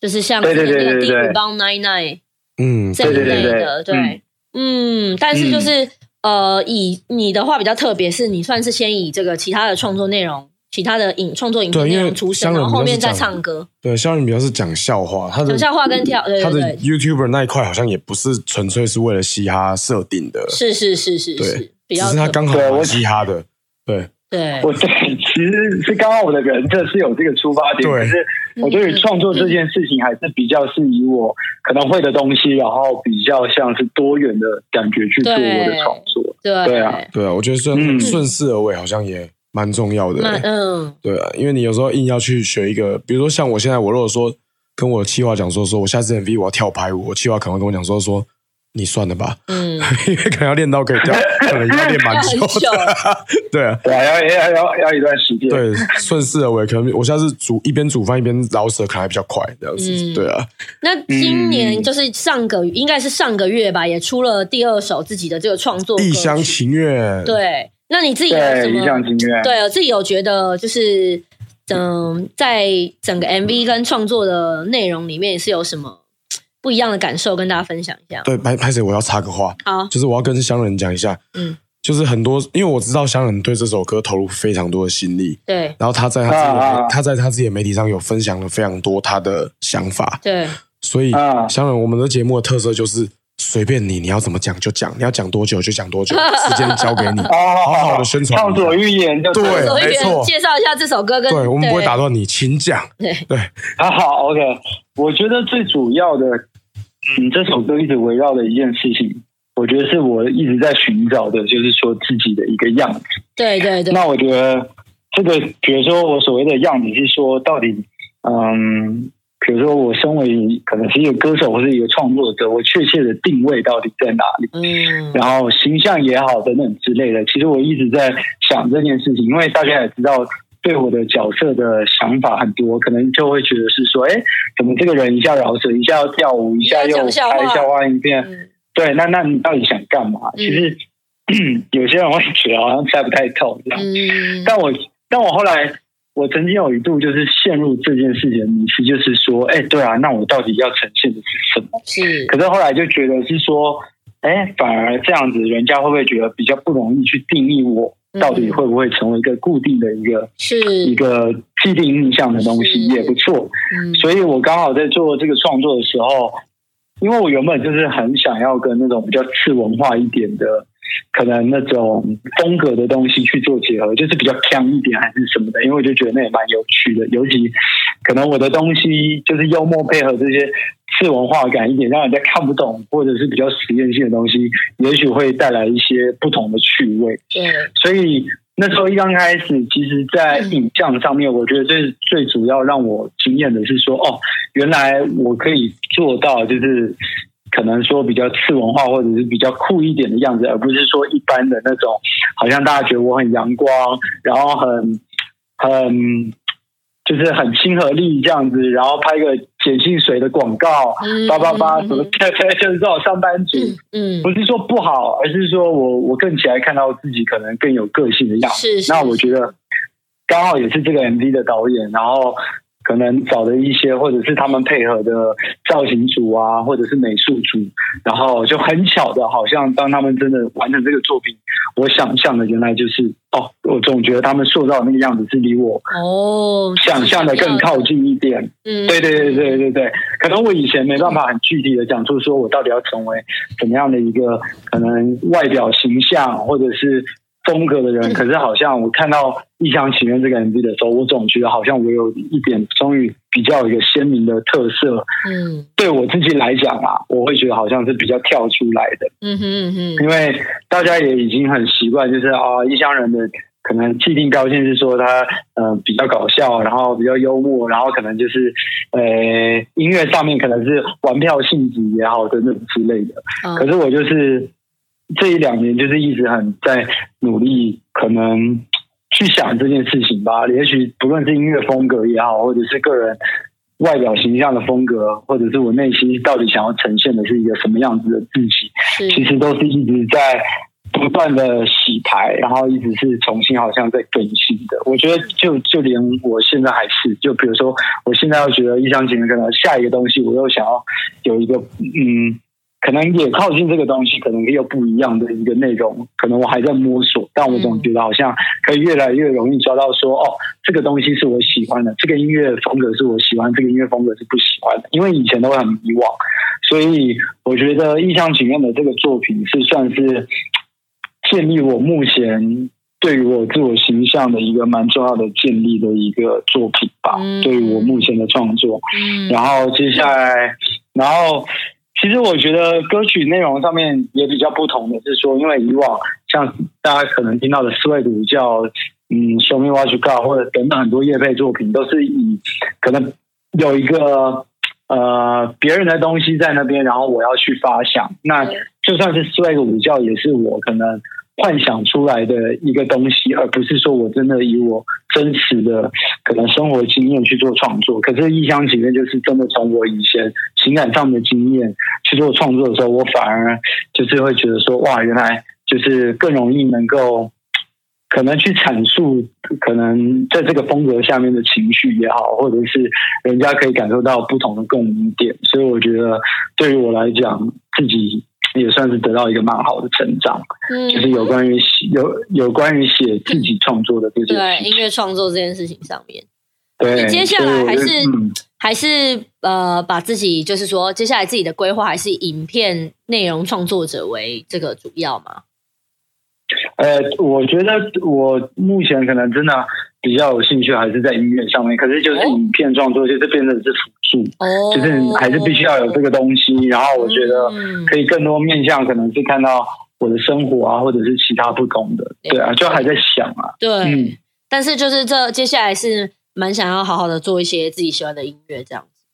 [SPEAKER 2] 就是像
[SPEAKER 3] 对
[SPEAKER 2] 之
[SPEAKER 3] 对
[SPEAKER 2] 前
[SPEAKER 3] 对
[SPEAKER 2] 那个
[SPEAKER 3] 对
[SPEAKER 2] 第
[SPEAKER 3] 对
[SPEAKER 2] 五帮 Nine Nine
[SPEAKER 1] 嗯，
[SPEAKER 2] 这一
[SPEAKER 3] 对对
[SPEAKER 2] 类
[SPEAKER 3] 对
[SPEAKER 2] 的，
[SPEAKER 3] 对
[SPEAKER 2] 对，嗯，但是就是呃，以你的话比较特别，是你算是先以这个其他的创作内容。其他的影创作影片
[SPEAKER 1] 对
[SPEAKER 2] 内
[SPEAKER 1] 因为
[SPEAKER 2] 容出身，
[SPEAKER 1] 香
[SPEAKER 2] 然
[SPEAKER 1] 港
[SPEAKER 2] 后后面
[SPEAKER 1] 比较
[SPEAKER 2] 再
[SPEAKER 1] 是这样
[SPEAKER 2] 唱歌，
[SPEAKER 1] 对，肖云比较是讲笑话，他的
[SPEAKER 2] 讲笑话跟跳，对
[SPEAKER 1] 他
[SPEAKER 2] 对
[SPEAKER 1] 的
[SPEAKER 2] 对，
[SPEAKER 1] YouTuber 那一块好像也不是纯粹是为了嘻哈设定的，
[SPEAKER 2] 是是是是
[SPEAKER 1] 对
[SPEAKER 2] 是，比
[SPEAKER 1] 只
[SPEAKER 2] 较
[SPEAKER 1] 是他
[SPEAKER 2] 特别
[SPEAKER 1] 刚好
[SPEAKER 3] 对我
[SPEAKER 1] 玩嘻哈的，对，
[SPEAKER 2] 对，
[SPEAKER 3] 我对，其实是刚刚我的人设是有这个出发点，
[SPEAKER 1] 对
[SPEAKER 2] 嗯
[SPEAKER 3] 可是我对于创作这件事情还是比较是以我可能会的东西，然后比较像是多元的感觉去做我的创作。
[SPEAKER 2] 对
[SPEAKER 3] 对啊
[SPEAKER 1] 对啊，我觉得顺
[SPEAKER 3] 嗯
[SPEAKER 1] 顺势而为好像也蛮重要的、
[SPEAKER 2] 那嗯，
[SPEAKER 1] 对啊，因为你有时候硬要去学一个，比如说像我现在，我如果说跟我企划讲说，说我下次 MV 我要跳拍舞，我企划可能会跟我讲说，说你算了吧，
[SPEAKER 2] 嗯，
[SPEAKER 1] 因为可能要练到可以跳，可能要练蛮久
[SPEAKER 2] 很久
[SPEAKER 1] 的， 对啊，
[SPEAKER 3] 对啊，要要要要一段时间。
[SPEAKER 1] 对，顺势而为，可能我下次煮一边煮饭一边饶舌，可能还比较快，这样子，
[SPEAKER 2] 嗯
[SPEAKER 1] 对啊，
[SPEAKER 2] 那今
[SPEAKER 1] 嗯
[SPEAKER 2] 年就是上个应该是上个月吧，也出了第二首自己的这个创作歌曲
[SPEAKER 1] 一厢情愿，
[SPEAKER 2] 对，那你自己有什
[SPEAKER 3] 对，理想
[SPEAKER 2] 么？
[SPEAKER 3] 情愿。
[SPEAKER 2] 对，我自己有觉得就是，嗯，在整个 MV 跟创作的内容里面是有什么不一样的感受，跟大家分享一下。
[SPEAKER 1] 对，拍拍谁？我要插个话，
[SPEAKER 2] 好，
[SPEAKER 1] 就是我要跟乡人讲一下，
[SPEAKER 2] 嗯，
[SPEAKER 1] 就是很多，因为我知道乡人对这首歌投入非常多的心力，
[SPEAKER 2] 对
[SPEAKER 1] 然后他在他自己的媒
[SPEAKER 3] 啊啊啊
[SPEAKER 1] 他在他自己的媒体上有分享了非常多他的想法，
[SPEAKER 2] 对，
[SPEAKER 1] 所以
[SPEAKER 3] 啊
[SPEAKER 1] 香人我们的节目的特色就是随便你，你要怎么讲就讲，你要讲多久就讲 多久，时间交给你。
[SPEAKER 3] 哦，好
[SPEAKER 1] 好好地宣传
[SPEAKER 3] 畅所欲言就
[SPEAKER 1] 对
[SPEAKER 2] 所以
[SPEAKER 1] 没错
[SPEAKER 2] 介绍一下这首歌跟
[SPEAKER 1] 对，我们不会打断你，请讲。
[SPEAKER 2] 对
[SPEAKER 1] 对，
[SPEAKER 3] 好好，OK。我觉得最主要的，嗯，这首歌一直围绕的一件事情，我觉得是我一直在寻找的，就是说自己的一个样子。
[SPEAKER 2] 对对对，
[SPEAKER 3] 那我觉得这个，比如说我所谓的样子是说，到底，嗯，比如说我身为可能是一个歌手或是一个创作者，我确切的定位到底在哪里？
[SPEAKER 2] 嗯，
[SPEAKER 3] 然后形象也好等等之类的。其实我一直在想这件事情，因为大家也知道。对我的角色的想法很多，可能就会觉得是说，哎，怎么这个人一下饶舌，一下要跳舞，一下
[SPEAKER 2] 一
[SPEAKER 3] 又
[SPEAKER 2] 下
[SPEAKER 3] 拍
[SPEAKER 2] 讲笑话
[SPEAKER 3] 笑话影片，
[SPEAKER 2] 嗯
[SPEAKER 3] 对，那那你到底想干嘛？
[SPEAKER 2] 嗯
[SPEAKER 3] 其实 有些人会觉得好像猜不太透这样。
[SPEAKER 2] 嗯，
[SPEAKER 3] 但我但我后来，我曾经有一度就是陷入这件事情的迷失，就是说，哎、对啊，那我到底要呈现的是什么？
[SPEAKER 2] 是
[SPEAKER 3] 可是后来就觉得是说，哎、反而这样子，人家会不会觉得比较不容易去定义我？到底会不会成为一个固定的一个一
[SPEAKER 2] 嗯是，
[SPEAKER 3] 个既定印象的东西
[SPEAKER 2] 是
[SPEAKER 3] 也不错。
[SPEAKER 2] 嗯
[SPEAKER 3] 所以我刚好在做这个创作的时候，因为我原本就是很想要跟那种比较次文化一点的，可能那种风格的东西去做结合，就是比较强一点还是什么的，因为我就觉得那也蛮有趣的。尤其可能我的东西就是幽默配合这些次文化感一点，让人家看不懂或者是比较实验性的东西，也许会带来一些不同的趣味。
[SPEAKER 2] 对，嗯
[SPEAKER 3] 所以那时候一刚开始，其实，在影像上面，我觉得最最主要让我惊艳的是说，哦，原来我可以做到，就是可能说比较次文化或者是比较酷一点的样子，而不是说一般的那种，好像大家觉得我很阳光，然后很很。就是很亲和力这样子，然后拍个碱性水的广告，
[SPEAKER 2] 嗯
[SPEAKER 3] 叭叭叭什么，
[SPEAKER 2] 嗯
[SPEAKER 3] 就是这种上班族，
[SPEAKER 2] 嗯，
[SPEAKER 3] 不是说不好，而是说我我更起来看到自己可能更有个性的样子。
[SPEAKER 2] 是是
[SPEAKER 3] 那我觉得刚好也是这个 MV 的导演，然后可能找的一些或者是他们配合的造型组啊，或者是美术组，然后就很巧的，好像当他们真的完成这个作品，我想象的原来就是哦，我总觉得他们塑造的那个样子是离我
[SPEAKER 2] 哦，
[SPEAKER 3] 想象的更靠近一点。
[SPEAKER 2] 嗯，
[SPEAKER 3] 对对对对对对，可能我以前没办法很具体的讲出说我到底要成为怎么样的一个可能外表形象或者是风格的人，可是好像我看到《一厢情愿》这个 MV 的时候，我总觉得好像我有一点终于比较有一个鲜明的特色，
[SPEAKER 2] 嗯
[SPEAKER 3] 对我自己来讲啊，我会觉得好像是比较跳出来的。
[SPEAKER 2] 嗯哼嗯哼，
[SPEAKER 3] 因为大家也已经很习惯，就是啊，异乡人的可能既定标签是说他呃比较搞笑，然后比较幽默，然后可能就是呃音乐上面可能是玩票性质也好等等之类的。
[SPEAKER 2] 啊
[SPEAKER 3] 嗯可是我就是这一两年就是一直很在努力，可能去想这件事情吧。也许不论是音乐风格也好，或者是个人外表形象的风格，或者是我内心到底想要呈现的是一个什么样子的自己。
[SPEAKER 2] 是
[SPEAKER 3] 其实都是一直在不断的洗牌，然后一直是重新好像在更新的。我觉得就就连我现在还是，就比如说我现在要觉得一厢情愿，可能下一个东西我又想要有一个嗯，可能也靠近这个东西，可能又不一样的一个内容，可能我还在摸索，但我总觉得好像可以越来越容易抓到说哦，这个东西是我喜欢的，这个音乐风格是我喜欢，这个音乐风格是不喜欢的，因为以前都会很迷惘。所以我觉得《一厢情愿》的这个作品是算是建立我目前对于我自我形象的一个蛮重要的建立的一个作品吧，
[SPEAKER 2] 嗯
[SPEAKER 3] 对于我目前的创作。
[SPEAKER 2] 嗯
[SPEAKER 3] 然后接下来，然后其实我觉得歌曲内容上面也比较不同的是说，因为以往像大家可能听到的斯威鲁教，嗯，Show Me What You Got 或者等等很多乐配作品，都是以可能有一个呃别人的东西在那边，然后我要去发想。那
[SPEAKER 2] 对
[SPEAKER 3] 就算是斯威鲁教，也是我可能。幻想出来的一个东西，而不是说我真的以我真实的可能生活经验去做创作。可是《异乡情愿》就是真的从我以前情感上的经验去做创作的时候，我反而就是会觉得说，哇，原来就是更容易能够可能去阐述，可能在这个风格下面的情绪也好，或者是人家可以感受到不同的共鸣点。所以我觉得对于我来讲，自己也算是得到一个蛮好的成长。
[SPEAKER 2] 嗯
[SPEAKER 3] 就是有关于写有有关于写自己创作的这件
[SPEAKER 2] 对
[SPEAKER 3] 事
[SPEAKER 2] 音
[SPEAKER 3] 情。
[SPEAKER 2] 乐创作这件事情上面，
[SPEAKER 3] 对，
[SPEAKER 2] 接下来
[SPEAKER 3] 所以我
[SPEAKER 2] 还
[SPEAKER 3] 就是嗯
[SPEAKER 2] 还是呃把自己就是说接下来自己的规划还是以影片内容创作者为这个主要嘛？
[SPEAKER 3] 呃，我觉得我目前可能真的比较有兴趣，还是在音乐上面。可是就是
[SPEAKER 2] 哦
[SPEAKER 3] 影片创作，就是变成是辅助，
[SPEAKER 2] 哦，
[SPEAKER 3] 就是你还是必须要有这个东西。然后我觉得
[SPEAKER 2] 嗯
[SPEAKER 3] 可以更多面向，可能是看到我的生活啊，或者是其他不同的。对啊，就还在想啊。
[SPEAKER 2] 对，
[SPEAKER 3] 嗯
[SPEAKER 2] 但是就是这接下来是蛮想要好好的做一些自己喜欢的音乐这样子。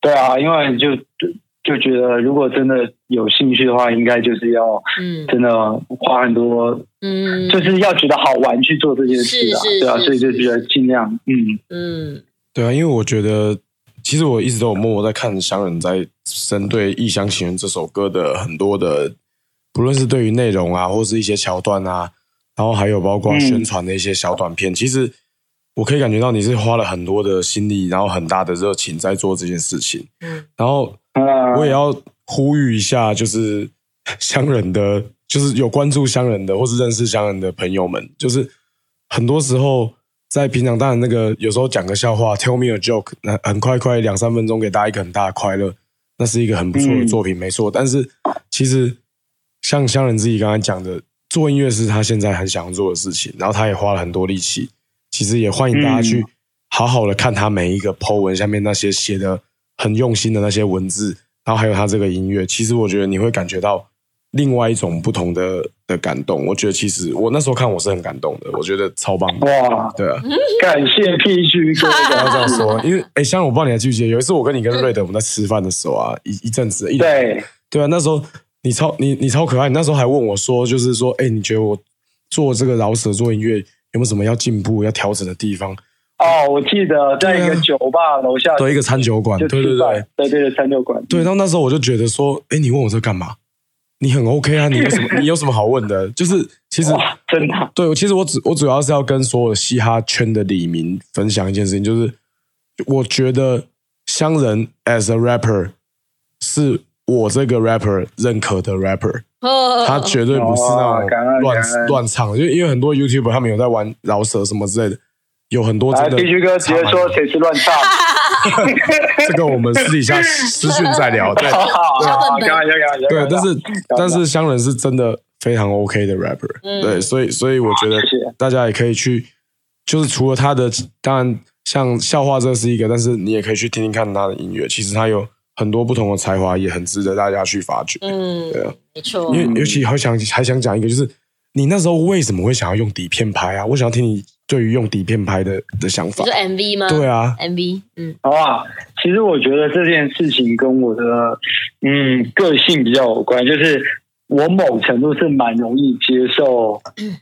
[SPEAKER 3] 对啊，因为就就就觉得，如果真的有兴趣的话，应该就是要
[SPEAKER 2] 嗯
[SPEAKER 3] 真的花很多
[SPEAKER 2] 嗯，
[SPEAKER 3] 就是要觉得好玩去做这件事啊，
[SPEAKER 2] 是是
[SPEAKER 3] 对啊，
[SPEAKER 2] 是
[SPEAKER 3] 所以就觉得尽量，嗯，
[SPEAKER 2] 嗯
[SPEAKER 1] 对啊，因为我觉得，其实我一直都有默默在看商人在针对《异乡情人》这首歌的很多的，不论是对于内容啊，或是一些桥段啊，然后还有包括
[SPEAKER 3] 嗯
[SPEAKER 1] 宣传的一些小短片，其实我可以感觉到你是花了很多的心力，然后很大的热情在做这件事情。
[SPEAKER 2] 嗯
[SPEAKER 1] 然后
[SPEAKER 3] 呃，
[SPEAKER 1] 我也要呼吁一下，就是乡人的，就是有关注乡人的，或是认识乡人的朋友们，就是很多时候在平常，当然那个有时候讲个笑话，tell me a joke，那很快快两三分钟给大家一个很大的快乐，那是一个很不错的作品，没错。但是其实像乡人自己刚才讲的，做音乐是他现在很想做的事情，然后他也花了很多力气。其实也欢迎大家去
[SPEAKER 3] 嗯
[SPEAKER 1] 好好的看他每一个 Po 文下面那些写的很用心的那些文字，然后还有他这个音乐，其实我觉得你会感觉到另外一种不同的的感动。我觉得其实我那时候看我是很感动的，我觉得超棒
[SPEAKER 3] 嗯
[SPEAKER 1] 的。
[SPEAKER 3] 哇，
[SPEAKER 1] 对啊，
[SPEAKER 3] 感谢 PG 哥
[SPEAKER 1] 不要这
[SPEAKER 3] 的
[SPEAKER 1] 样说，因为哎，像我不知道你还记不记得，有一次我跟你跟瑞德我们在吃饭的时候啊，一一阵子一两
[SPEAKER 3] 对，
[SPEAKER 1] 对啊，那时候你超你你超可爱，你那时候还问我说，就是说，哎，你觉得我做这个饶舌做音乐有没有什么要进步、要调整的地方？
[SPEAKER 3] 哦，我记得在一个
[SPEAKER 1] 对啊
[SPEAKER 3] 酒吧楼下
[SPEAKER 1] 对，一个餐酒馆，
[SPEAKER 3] 就
[SPEAKER 1] 对对
[SPEAKER 3] 吃
[SPEAKER 1] 对
[SPEAKER 3] 饭，对对对，餐酒馆，
[SPEAKER 1] 对。然后那时候我就觉得说，哎，你问我这干嘛？你很 OK 啊，你有什么你有什么好问的？就是其实
[SPEAKER 3] 哇，真的
[SPEAKER 1] 对，我其实我主我主要是要跟所有的嘻哈圈的李明分享一件事情，就是我觉得乡人 as a rapper 是我这个 rapper 认可的 rapper，他
[SPEAKER 2] 他
[SPEAKER 1] 绝对不是那
[SPEAKER 3] 哦感
[SPEAKER 1] 种
[SPEAKER 3] 恩
[SPEAKER 1] 乱
[SPEAKER 3] 感恩
[SPEAKER 1] 乱唱，因为因为很多 YouTuber 他们有在玩饶舌什么之类的，有很多
[SPEAKER 3] 来
[SPEAKER 1] 真的。
[SPEAKER 3] ，PG 哥直接说谁是乱唱，
[SPEAKER 1] 这个我们私底下 私讯再聊。对
[SPEAKER 3] 哈哈
[SPEAKER 2] 小本
[SPEAKER 3] 哈，
[SPEAKER 2] 本
[SPEAKER 3] 刚刚刚刚
[SPEAKER 1] 对，啊但是
[SPEAKER 3] 刚
[SPEAKER 1] 但是香人是真的非常 OK 的 rapper，、
[SPEAKER 2] 嗯
[SPEAKER 1] 对，所以所以我觉得
[SPEAKER 3] 好谢谢
[SPEAKER 1] 大家也可以去，就是除了他的，当然像笑话这是一个，但是你也可以去听听看他的音乐，其实他有很多不同的才华，也很值得大家去发掘。
[SPEAKER 2] 嗯
[SPEAKER 1] 对啊，
[SPEAKER 2] 没错
[SPEAKER 1] 因，为尤其还想还想讲一个，就是你那时候为什么会想要用底片拍啊？我想要听你对于用底片拍的的想法
[SPEAKER 2] 你说。MV 吗？
[SPEAKER 1] 对啊，
[SPEAKER 2] ，MV，嗯
[SPEAKER 3] 好啊，其实我觉得这件事情跟我的嗯个性比较有关，就是我某程度是蛮容易接受，
[SPEAKER 1] 嗯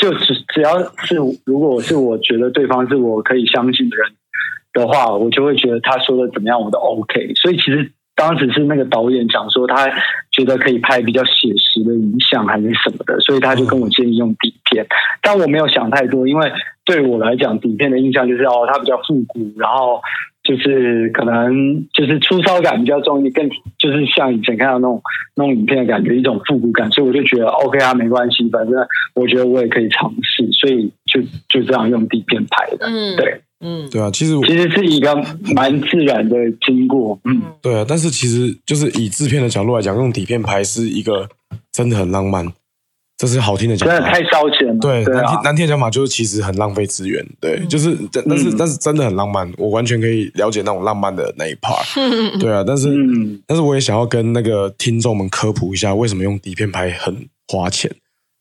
[SPEAKER 3] 就只只要是如果是我觉得对方是我可以相信的人的话，我就会觉得他说的怎么样我都 OK。所以其实当时是那个导演讲说他觉得可以拍比较写实的影像还是什么的，所以他就跟我建议用底片。但我没有想太多，因为对我来讲，底片的印象就是哦，它比较复古，然后就是可能就是粗糙感比较重一点，更就是像以前看到那种那种影片的感觉，一种复古感，所以我就觉得 OK 啊，没关系，反正我觉得我也可以尝试，所以就就这样用底片拍的。
[SPEAKER 2] 嗯，
[SPEAKER 3] 对，
[SPEAKER 2] 嗯，
[SPEAKER 1] 对啊，其实我
[SPEAKER 3] 其实是一个蛮自然的经过，嗯，
[SPEAKER 1] 对啊，但是其实就是以制片的角度来讲，用底片拍是一个真的很浪漫，这是好听的讲
[SPEAKER 3] 真的
[SPEAKER 1] 法。
[SPEAKER 3] 太烧钱了，
[SPEAKER 1] 对，
[SPEAKER 3] 对
[SPEAKER 1] 难听
[SPEAKER 3] 啊，
[SPEAKER 1] 难听的讲法就是其实很浪费资源，对，就是但但是
[SPEAKER 3] 嗯
[SPEAKER 1] 但是真的很浪漫，我完全可以了解那种浪漫的那一 part。对 啊，但是
[SPEAKER 3] 嗯，
[SPEAKER 1] 但是我也想要跟那个听众们科普一下，为什么用底片拍很花钱，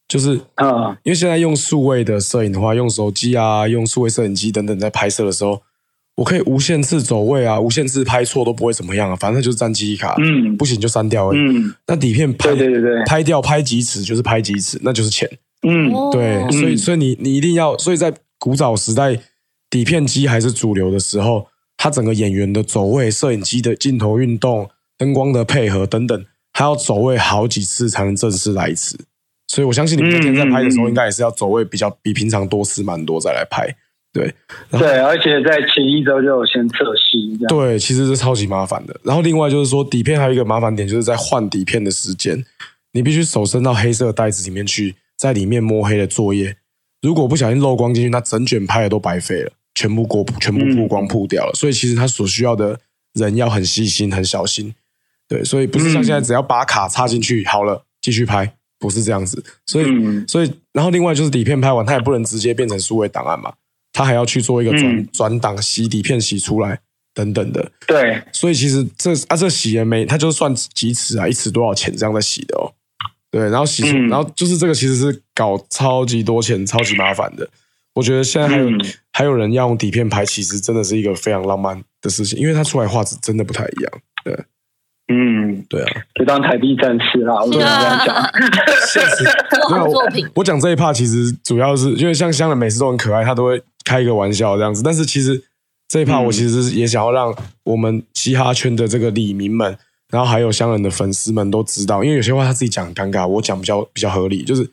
[SPEAKER 1] 就是
[SPEAKER 3] 嗯，
[SPEAKER 1] 因为现在用数位的摄影的话，用手机啊，用数位摄影机等等，在拍摄的时候，我可以无限次走位啊，无限次拍错都不会怎么样啊，反正就是占记忆卡，
[SPEAKER 3] 嗯
[SPEAKER 1] 不行就删掉而已。
[SPEAKER 3] 嗯，
[SPEAKER 1] 那底片拍
[SPEAKER 3] 对对对对，
[SPEAKER 1] 拍掉拍几尺就是拍几尺，那就是钱。
[SPEAKER 3] 嗯，
[SPEAKER 2] 哦
[SPEAKER 1] 对，所以
[SPEAKER 3] 嗯
[SPEAKER 1] 所以你你一定要，所以在古早时代，底片机还是主流的时候，它整个演员的走位、摄影机的镜头运动、灯光的配合等等，它要走位好几次才能正式来一次。所以我相信你们今天在拍的时候，
[SPEAKER 3] 嗯嗯嗯
[SPEAKER 1] 应该也是要走位比较比平常多次蛮多再来拍。对
[SPEAKER 3] 对，而且在前一周就有先测试，这样。
[SPEAKER 1] 对，其实是超级麻烦的。然后另外就是说，底片还有一个麻烦点，就是在换底片的时间，你必须手伸到黑色的袋子里面去，在里面摸黑的作业。如果不小心漏光进去，那整卷拍的都白费了，全部过全部曝光
[SPEAKER 3] 嗯
[SPEAKER 1] 曝掉了。所以其实它所需要的人要很细心、很小心。对，所以不是像
[SPEAKER 3] 嗯
[SPEAKER 1] 现在只要把卡插进去好了，继续拍，不是这样子。所以，
[SPEAKER 3] 嗯
[SPEAKER 1] 所以然后另外就是底片拍完，它也不能直接变成数位档案嘛，它还要去做一个转、
[SPEAKER 3] 嗯
[SPEAKER 1] 转档、洗底片洗出来等等的。
[SPEAKER 3] 对，
[SPEAKER 1] 所以其实这啊这洗也没，它就算几尺啊，一尺多少钱这样在洗的哦。对，然后洗出，
[SPEAKER 3] 嗯
[SPEAKER 1] 然后就是这个其实是搞超级多钱，超级麻烦的。我觉得现在还有、
[SPEAKER 3] 嗯
[SPEAKER 1] 还有人要用底片拍，其实真的是一个非常浪漫的事情，因为它出来画质真的不太一样。
[SPEAKER 3] 嗯，
[SPEAKER 1] 对啊，
[SPEAKER 3] 就当台币战士啦，我只能这
[SPEAKER 2] 啊
[SPEAKER 3] 样讲。
[SPEAKER 1] 现实
[SPEAKER 2] 做
[SPEAKER 1] 没
[SPEAKER 2] 好
[SPEAKER 1] 有
[SPEAKER 2] 作品，
[SPEAKER 1] 啊我讲这一趴其实主要是因为像香的每次都很可爱，他都会开一个玩笑这样子。但是其实这一趴
[SPEAKER 3] 嗯
[SPEAKER 1] 我其实是也想要让我们嘻哈圈的这个李民们，然后还有香人的粉丝们都知道，因为有些话他自己讲很尴尬，我讲比较比较合理，就是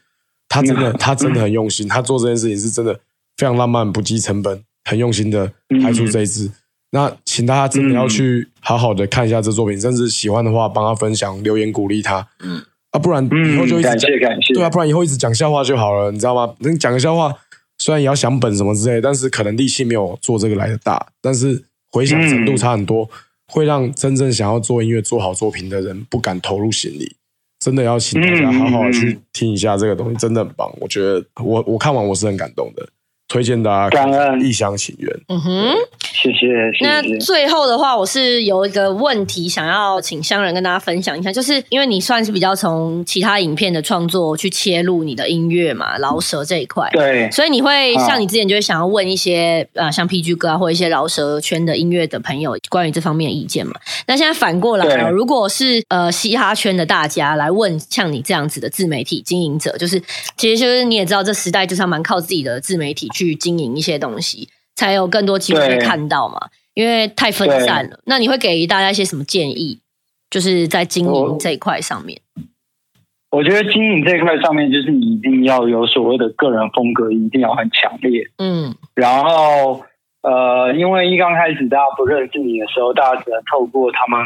[SPEAKER 1] 他真的
[SPEAKER 3] 嗯
[SPEAKER 1] 他真的很用心，他做这件事情是真的非常浪漫，不计成本，很用心的拍出这一
[SPEAKER 3] 嗯
[SPEAKER 1] 支。那请大家真的要去好好的看一下这作品，甚至喜欢的话帮他分享、留言鼓励他。
[SPEAKER 2] 嗯，
[SPEAKER 1] 啊，不然以后就
[SPEAKER 3] 嗯，
[SPEAKER 1] 一直
[SPEAKER 3] 感
[SPEAKER 1] 讲，
[SPEAKER 3] 谢感谢，
[SPEAKER 1] 对啊，不然以后一直讲笑话就好了，你知道吗？你讲个笑话，虽然也要想本什么之类，但是可能力气没有做这个来的大，但是回响程
[SPEAKER 3] 嗯
[SPEAKER 1] 度差很多，会让真正想要做音乐、做好作品的人不敢投入心力。真的要请大家好好的去听一下这个东西，真的很棒。我觉得我我看完我是很感动的，推荐大家看
[SPEAKER 3] 感恩
[SPEAKER 1] 《异乡情缘》。
[SPEAKER 2] 嗯哼。
[SPEAKER 3] 谢谢谢
[SPEAKER 2] 那
[SPEAKER 3] 谢。
[SPEAKER 2] 最后的话，我是有一个问题想要请香人跟大家分享一下，就是因为你算是比较从其他影片的创作去切入你的音乐嘛，饶舌这一块，
[SPEAKER 3] 对，
[SPEAKER 2] 所以你会
[SPEAKER 3] 啊
[SPEAKER 2] 像你之前就会想要问一些呃，像 PG 哥啊，或一些饶舌圈的音乐的朋友关于这方面的意见嘛。那现在反过来哦，
[SPEAKER 3] 对
[SPEAKER 2] 如果是呃嘻哈圈的大家来问像你这样子的自媒体经营者，就是其实就是你也知道，这时代就是要蛮靠自己的自媒体去经营一些东西，才有更多机会被
[SPEAKER 3] 对
[SPEAKER 2] 看到嘛。因为太分散了，那你会给大家一些什么建议？就是在经
[SPEAKER 3] 我
[SPEAKER 2] 营这一块上面，
[SPEAKER 3] 我觉得经营这一块上面，就是你一定要有所谓的个人风格，一定要很强烈。
[SPEAKER 2] 嗯
[SPEAKER 3] 然后呃，因为一刚开始大家不认识你的时候，大家只能透过他们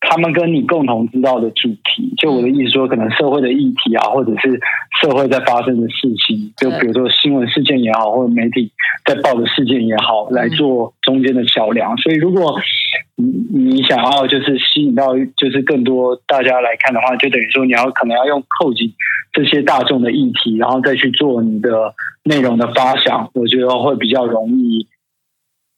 [SPEAKER 3] 他们跟你共同知道的主题，就我的意思说，可能社会的议题啊，或者是社会在发生的事情，就
[SPEAKER 2] 对
[SPEAKER 3] 比如说新闻事件也好，或者媒体在报的事件也好，来做中间的桥梁。所以如果你你想要就是吸引到就是更多大家来看的话，就等于说你要可能要用扣紧这些大众的议题，然后再去做你的内容的发想，我觉得会比较容易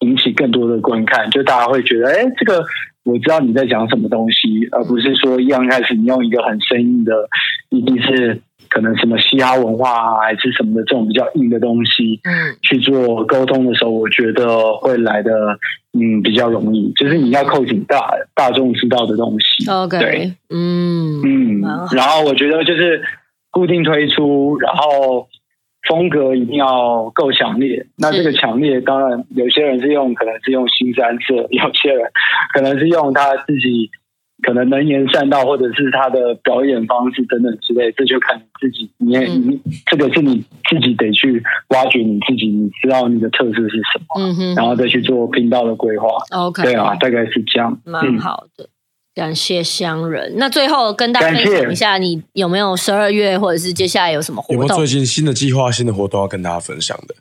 [SPEAKER 3] 引起更多的观看，就大家会觉得，哎，这个我知道你在讲什么东西，而不是说一刚开始你用一个很生硬的，一定是可能什么嘻哈文化啊，还是什么的这种比较硬的东西
[SPEAKER 2] 嗯
[SPEAKER 3] 去做沟通的时候，我觉得会来的嗯比较容易，就是你要扣紧大大众知道的东西。对
[SPEAKER 2] ，OK，嗯
[SPEAKER 3] 嗯
[SPEAKER 2] 蛮好，
[SPEAKER 3] 然后我觉得就是固定推出，然后风格一定要够强烈。那这个强烈，当然有些人是用，可能是用新三色，有些人可能是用他自己可能能言善道，或者是他的表演方式等等之类，这就看你自己。你也、
[SPEAKER 2] 嗯
[SPEAKER 3] 你这个是你自己得去挖掘你自己，你知道你的特色是什么，
[SPEAKER 2] 嗯哼
[SPEAKER 3] 然后再去做频道的规划。
[SPEAKER 2] ，OK，
[SPEAKER 3] 对啊，大概是这样。
[SPEAKER 2] 蛮
[SPEAKER 3] 嗯
[SPEAKER 2] 好的，感谢乡人。那最后跟大家
[SPEAKER 3] 感
[SPEAKER 2] 分
[SPEAKER 3] 谢
[SPEAKER 2] 享一下，你有没有十二月或者是接下来有什么活
[SPEAKER 1] 有没有
[SPEAKER 2] 动
[SPEAKER 1] 最？近新的计划、新的活动要跟大家分享的？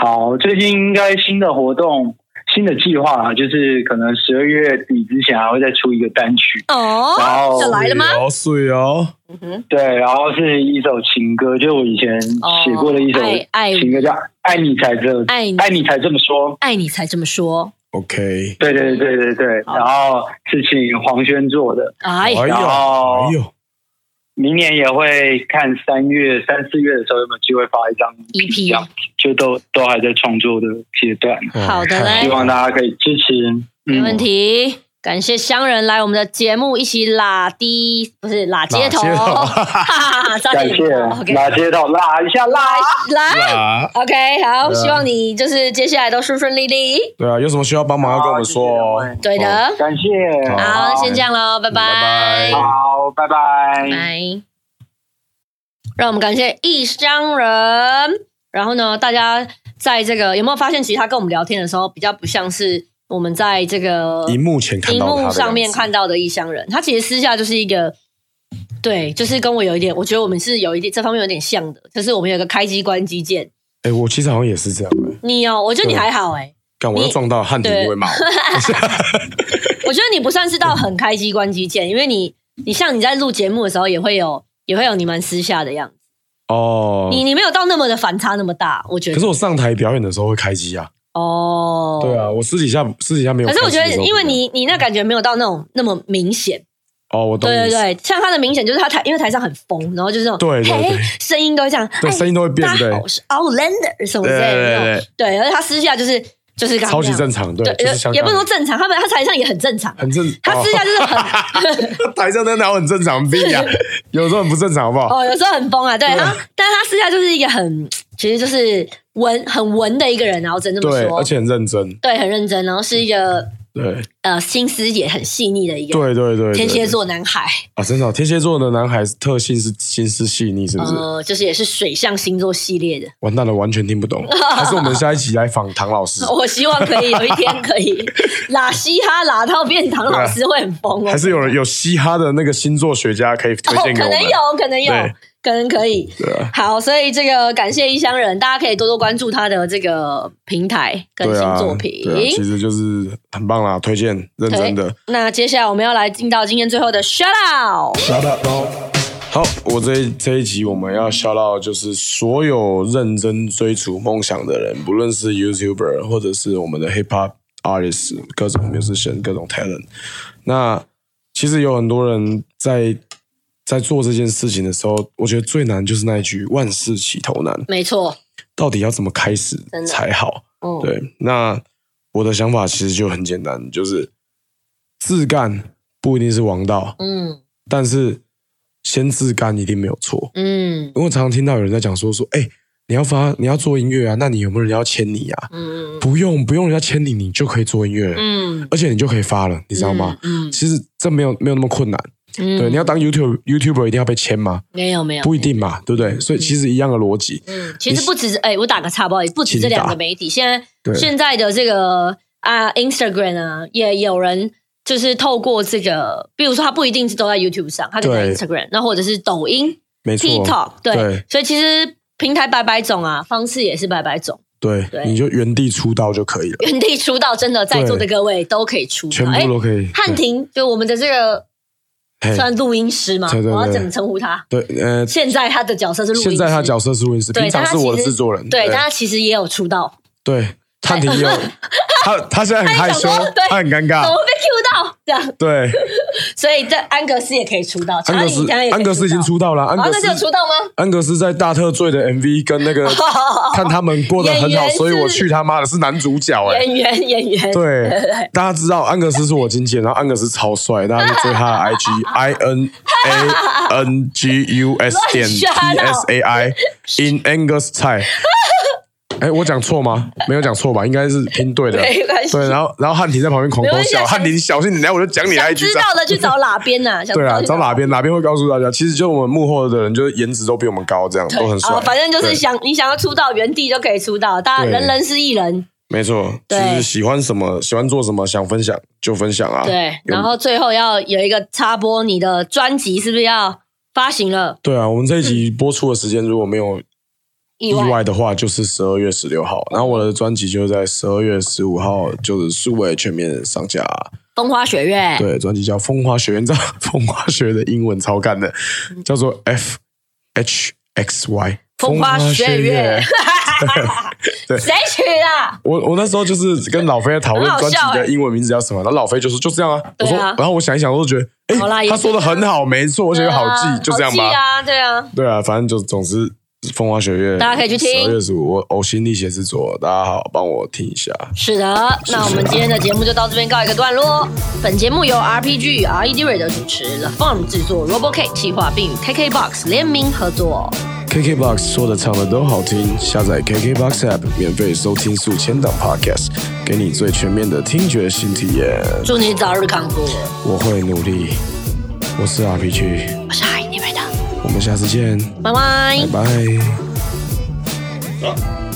[SPEAKER 3] 好，最近应该新的活动、新的计划啊，就是可能十二月底之前还啊会再出一个单曲，然
[SPEAKER 2] 哦，
[SPEAKER 3] 后
[SPEAKER 2] 这来了吗？
[SPEAKER 1] 好水哦！
[SPEAKER 2] 嗯哼，
[SPEAKER 3] 对，然后是一首情歌，就是我以前写过的一首
[SPEAKER 2] 哦爱爱
[SPEAKER 3] 情歌，叫《爱你才这么
[SPEAKER 2] 爱你
[SPEAKER 3] 爱你才这么说》。
[SPEAKER 2] 爱你才这么说。
[SPEAKER 1] OK，
[SPEAKER 3] 对对对对对，
[SPEAKER 2] 好
[SPEAKER 3] 然后是请黄轩做的，
[SPEAKER 2] 哎
[SPEAKER 1] 哎，呦，
[SPEAKER 3] 然后
[SPEAKER 1] 哎呦，
[SPEAKER 3] 明年也会看三月、三四月的时候有没有机会发一张
[SPEAKER 2] EP
[SPEAKER 3] 这样就都都还在创作的阶段，
[SPEAKER 2] 好的嘞
[SPEAKER 3] 希望大家可以支持。
[SPEAKER 2] 没
[SPEAKER 3] 嗯
[SPEAKER 2] 问题。感谢乡人来我们的节目一起拉低，不是拉街头，
[SPEAKER 1] 拉街头
[SPEAKER 2] 哈 哈哈，差
[SPEAKER 3] 感
[SPEAKER 2] 点
[SPEAKER 3] 谢
[SPEAKER 2] ，OK，
[SPEAKER 3] 拉街道拉一下拉。
[SPEAKER 2] 来
[SPEAKER 1] 啊，
[SPEAKER 2] ，OK，好，
[SPEAKER 1] 对啊
[SPEAKER 2] 希望你就是接下来都顺顺利利。
[SPEAKER 1] 对啊，有什么需要帮忙要跟我们说哦。
[SPEAKER 2] 对的，
[SPEAKER 3] 感谢，
[SPEAKER 2] 好，先这样喽，拜
[SPEAKER 1] 拜拜
[SPEAKER 3] 好，拜拜。
[SPEAKER 2] 拜。让我们感谢异乡人。然后呢，大家在这个有没有发现，其实他跟我们聊天的时候，比较不像是我们在这个
[SPEAKER 1] 荧幕前看
[SPEAKER 2] 荧
[SPEAKER 1] 到他的
[SPEAKER 2] 幕
[SPEAKER 1] 样子
[SPEAKER 2] 上面看到的异乡人，他其实私下就是一个。对，就是跟我有一点，我觉得我们是有一点这方面有点像的，就是我们有个开机关机键。
[SPEAKER 1] 哎、我其实好像也是这样、欸。
[SPEAKER 2] 你哦，我觉得你还好哎、
[SPEAKER 1] 干，我又撞到汉庭
[SPEAKER 2] 对
[SPEAKER 1] 就会骂我。
[SPEAKER 2] 我觉得你不算是到很开机关机键，因为你你像你在录节目的时候也会有也会有你们私下的样子，
[SPEAKER 1] 哦，
[SPEAKER 2] 你你没有到那么的反差那么大，我觉得。
[SPEAKER 1] 可是我上台表演的时候会开机啊。
[SPEAKER 2] 哦，
[SPEAKER 1] 对啊，。我私底下私底下没有
[SPEAKER 2] 可
[SPEAKER 1] 开机
[SPEAKER 2] 是我
[SPEAKER 1] 的时
[SPEAKER 2] 觉
[SPEAKER 1] 候
[SPEAKER 2] 得
[SPEAKER 1] 不一样。，
[SPEAKER 2] 因为你你那感觉没有到那种那么明显，
[SPEAKER 1] 哦，我懂你
[SPEAKER 2] 对
[SPEAKER 1] 意
[SPEAKER 2] 对
[SPEAKER 1] 思。
[SPEAKER 2] 对，像他的明显就是他台，因为台上很疯，然后就是那种
[SPEAKER 1] 对对对
[SPEAKER 2] 嘿声音都会这样，
[SPEAKER 1] 对
[SPEAKER 2] 哎
[SPEAKER 1] 声音都会变
[SPEAKER 2] 大家
[SPEAKER 1] 对
[SPEAKER 2] 好，我是 Outlander 什么之类
[SPEAKER 1] 对
[SPEAKER 2] 的
[SPEAKER 1] 对
[SPEAKER 2] 那种，对，而且他私下就是就是刚刚
[SPEAKER 1] 超
[SPEAKER 2] 那
[SPEAKER 1] 级
[SPEAKER 2] 样
[SPEAKER 1] 正常，对，就是
[SPEAKER 2] 对，
[SPEAKER 1] 香港
[SPEAKER 2] 也不能说正常，他们他台上也很正常，
[SPEAKER 1] 很正，
[SPEAKER 2] 他私下就是很
[SPEAKER 1] 哦、 台上在哪有很正常屁 啊，有时候很不正常，好不好？
[SPEAKER 2] 哦，有时候很疯啊，对，然后但是他私下就是一个很其实就是文很文的一个人，然后真这么
[SPEAKER 1] 对，
[SPEAKER 2] 说
[SPEAKER 1] 而，且很认真，
[SPEAKER 2] 对，很认真，然后是一个
[SPEAKER 1] 对
[SPEAKER 2] 呃心思也很细腻的一个
[SPEAKER 1] 对对对，
[SPEAKER 2] 天蝎
[SPEAKER 1] 对
[SPEAKER 2] 座男孩，
[SPEAKER 1] 啊，真的哦、天蝎座的男孩特性是心思细腻，是不是？
[SPEAKER 2] 呃，就是也是水象星座系列的。
[SPEAKER 1] 完蛋了，完全听不懂。还是我们下一期来访唐老师，
[SPEAKER 2] 我希望可以有一天可以拉嘻哈拉到变唐老师会很疯哦，
[SPEAKER 1] 还是有人有嘻哈的那个星座学家可以推
[SPEAKER 2] 哦，
[SPEAKER 1] 荐给
[SPEAKER 2] 可
[SPEAKER 1] 我
[SPEAKER 2] 能
[SPEAKER 1] 们？
[SPEAKER 2] 有，可能有
[SPEAKER 1] 对，
[SPEAKER 2] 可能可以。
[SPEAKER 1] 对啊，
[SPEAKER 2] 好，所以这个感谢异乡人，大家可以多多关注他的这个平台跟
[SPEAKER 1] 对
[SPEAKER 2] 新
[SPEAKER 1] 啊，
[SPEAKER 2] 作品。
[SPEAKER 1] 对啊，其实就是很棒啦，推荐，认真的。
[SPEAKER 2] 那接下来我们要来进到今天最后的 shout out，
[SPEAKER 1] 好，我这一这一集我们要笑到，就是所有认真追逐梦想的人，不论是 YouTuber 或者是我们的 Hip Hop artist，各种 musician，各种 talent。那其实有很多人在在做这件事情的时候，我觉得最难就是那一句“万事起头难
[SPEAKER 2] 没错，”，
[SPEAKER 1] 到底要怎么开始
[SPEAKER 2] 真的
[SPEAKER 1] 才好？
[SPEAKER 2] 嗯，
[SPEAKER 1] 对，那我的想法其实就很简单，就是自干不一定是王道，
[SPEAKER 2] 嗯
[SPEAKER 1] 但是先自干一定没有错。
[SPEAKER 2] 嗯
[SPEAKER 1] 因为我常常听到有人在讲说说，哎、你要发你要做音乐啊，那你有没有人要签你啊？
[SPEAKER 2] 嗯
[SPEAKER 1] 不用不用人家签你，你就可以做音乐了，
[SPEAKER 2] 嗯，
[SPEAKER 1] 而且你就可以发了，你知道吗？
[SPEAKER 2] 嗯？
[SPEAKER 1] 其实这没有没有那么困难，
[SPEAKER 2] 嗯，
[SPEAKER 1] 对，你要当 YouTube YouTuber 一定要被签吗？
[SPEAKER 2] 没有没有，
[SPEAKER 1] 不一定嘛，对不对？所以其实一样的逻辑，
[SPEAKER 2] 嗯，其实不止哎、我打个岔，不好意思，不止
[SPEAKER 1] 请
[SPEAKER 2] 这两
[SPEAKER 1] 打
[SPEAKER 2] 个媒体，现在
[SPEAKER 1] 对
[SPEAKER 2] 现在的这个啊，Instagram 啊，也有人就是透过这个，比如说他不一定是都在 YouTube 上，他可能
[SPEAKER 1] 对
[SPEAKER 2] 在 Instagram，那或者是抖音、
[SPEAKER 1] 没错
[SPEAKER 2] TikTok，对，
[SPEAKER 1] 对
[SPEAKER 2] 所以其实平台百百种啊，方式也是百百种，
[SPEAKER 1] 对，
[SPEAKER 2] 对
[SPEAKER 1] 你就原地出道就可以了，
[SPEAKER 2] 原地出道，真的在座的各位都可以出
[SPEAKER 1] 全
[SPEAKER 2] 道。哎
[SPEAKER 1] 部，都可以。
[SPEAKER 2] 汉庭就我们的这个
[SPEAKER 1] 嘿
[SPEAKER 2] 算录音师嘛，
[SPEAKER 1] 对对对
[SPEAKER 2] 我要怎么称呼他？
[SPEAKER 1] 对，呃，
[SPEAKER 2] 现在他的角色是录音师，
[SPEAKER 1] 现在他角色是录音师，
[SPEAKER 2] 对
[SPEAKER 1] 平常是我的制作人。
[SPEAKER 2] 对，但
[SPEAKER 1] 对
[SPEAKER 2] 他其实也有出道，
[SPEAKER 1] 对，探婷有他，他现在很害羞
[SPEAKER 2] 他也想说对，
[SPEAKER 1] 他很尴
[SPEAKER 2] 怎
[SPEAKER 1] 尬
[SPEAKER 2] 么。被 Q 到 这样？
[SPEAKER 1] 对，
[SPEAKER 2] 所以这安格斯也可以出道，
[SPEAKER 1] 安
[SPEAKER 2] 查
[SPEAKER 1] 格
[SPEAKER 2] 理
[SPEAKER 1] 斯，
[SPEAKER 2] 当然也可以
[SPEAKER 1] 安格斯已经出道了，
[SPEAKER 2] 道，
[SPEAKER 1] 安
[SPEAKER 2] 啊，
[SPEAKER 1] 格
[SPEAKER 2] 那就有出
[SPEAKER 1] 斯，
[SPEAKER 2] 道吗？
[SPEAKER 1] 安格斯在大特罪的 MV 跟 那个看他们过得很
[SPEAKER 2] 演员
[SPEAKER 1] 好，
[SPEAKER 2] 是
[SPEAKER 1] 所以我去他妈的是男主角哎。
[SPEAKER 2] 演员演员，
[SPEAKER 1] 对，大家知道安格斯是我经纪人，然后安格斯超帅，大家去追他的 IG I N A N G U S 点 T
[SPEAKER 2] 乱瞎闹
[SPEAKER 1] S A I in Angus 菜。哎，我讲错吗？没有讲错吧？应该是拼对的。
[SPEAKER 2] 没关系
[SPEAKER 1] 对，然后然后汉庭在旁边狂
[SPEAKER 2] 没
[SPEAKER 1] 偷
[SPEAKER 2] 关系啊
[SPEAKER 1] 笑，汉
[SPEAKER 2] 想
[SPEAKER 1] 庭小心你来，我就讲你的
[SPEAKER 2] 想
[SPEAKER 1] IG
[SPEAKER 2] 知
[SPEAKER 1] 账
[SPEAKER 2] 道的去找哪边呐？想知
[SPEAKER 1] 对
[SPEAKER 2] 道
[SPEAKER 1] 啊，
[SPEAKER 2] 去
[SPEAKER 1] 找哪？边哪边会告诉大家？其实就我们幕后的人，就是颜值都比我们高，这样都很帅
[SPEAKER 2] 啊，。反正就是
[SPEAKER 1] 对
[SPEAKER 2] 想你想要出道，原地就可以出道，大家
[SPEAKER 1] 对
[SPEAKER 2] 人人是艺人，
[SPEAKER 1] 没错，就
[SPEAKER 2] 对
[SPEAKER 1] 是喜欢什么，喜欢做什么，想分享就分享啊。
[SPEAKER 2] 对。
[SPEAKER 1] 有
[SPEAKER 2] 然后最后要有一个插播，你的专辑是不是要发行了？
[SPEAKER 1] 对啊，我们这一集播出的时间如果没有
[SPEAKER 2] 嗯意
[SPEAKER 1] 意
[SPEAKER 2] 外，嗯
[SPEAKER 1] 外的话，就是十二月十六号，然后我的专辑就在十二月十五号，就是数位全面上架。
[SPEAKER 2] 风花雪月，
[SPEAKER 1] 对，专辑叫《风花学院》，你知道 风花学院的英文超干的，叫做 F H X Y。
[SPEAKER 2] 嗯风花雪月，
[SPEAKER 1] 对
[SPEAKER 2] 谁取的？
[SPEAKER 1] 我我那时候就是跟老飞在讨论
[SPEAKER 2] 很好
[SPEAKER 1] 专
[SPEAKER 2] 笑
[SPEAKER 1] 辑的
[SPEAKER 2] 欸
[SPEAKER 1] 英文名字叫什么，然后老飞就说就这样啊。我
[SPEAKER 2] 对
[SPEAKER 1] 说，
[SPEAKER 2] 啊
[SPEAKER 1] 然后我想一想，我就觉得，
[SPEAKER 2] 好啦
[SPEAKER 1] 哎，
[SPEAKER 2] 也
[SPEAKER 1] 他说的很好，没错，我觉得好
[SPEAKER 2] 对啊
[SPEAKER 1] 记，就这样
[SPEAKER 2] 好
[SPEAKER 1] 吧
[SPEAKER 2] 记。啊，对啊，
[SPEAKER 1] 对啊，反正就总之风花雪月，
[SPEAKER 2] 大家可以去听
[SPEAKER 1] 十二月十五，我呕心沥血之作，大家好，帮我听一下。
[SPEAKER 2] 是的，那我们今天的节目就到这边告一个段落。本节目由 RPG 与 RED Radio 主持，The Farm 制作，RoboCake 企划，并与 KKBox 联名合作。
[SPEAKER 1] KKBOX 说的唱的都好听，下载 KKBOX App 免费收听数千档 Podcast，给你最全面的听觉新体验。
[SPEAKER 2] 祝你早日康复。
[SPEAKER 1] 我会努力，我是 RPG，
[SPEAKER 2] 我是 E 海尼贝的，
[SPEAKER 1] 我们下次见，
[SPEAKER 2] 拜拜
[SPEAKER 1] 拜。拜。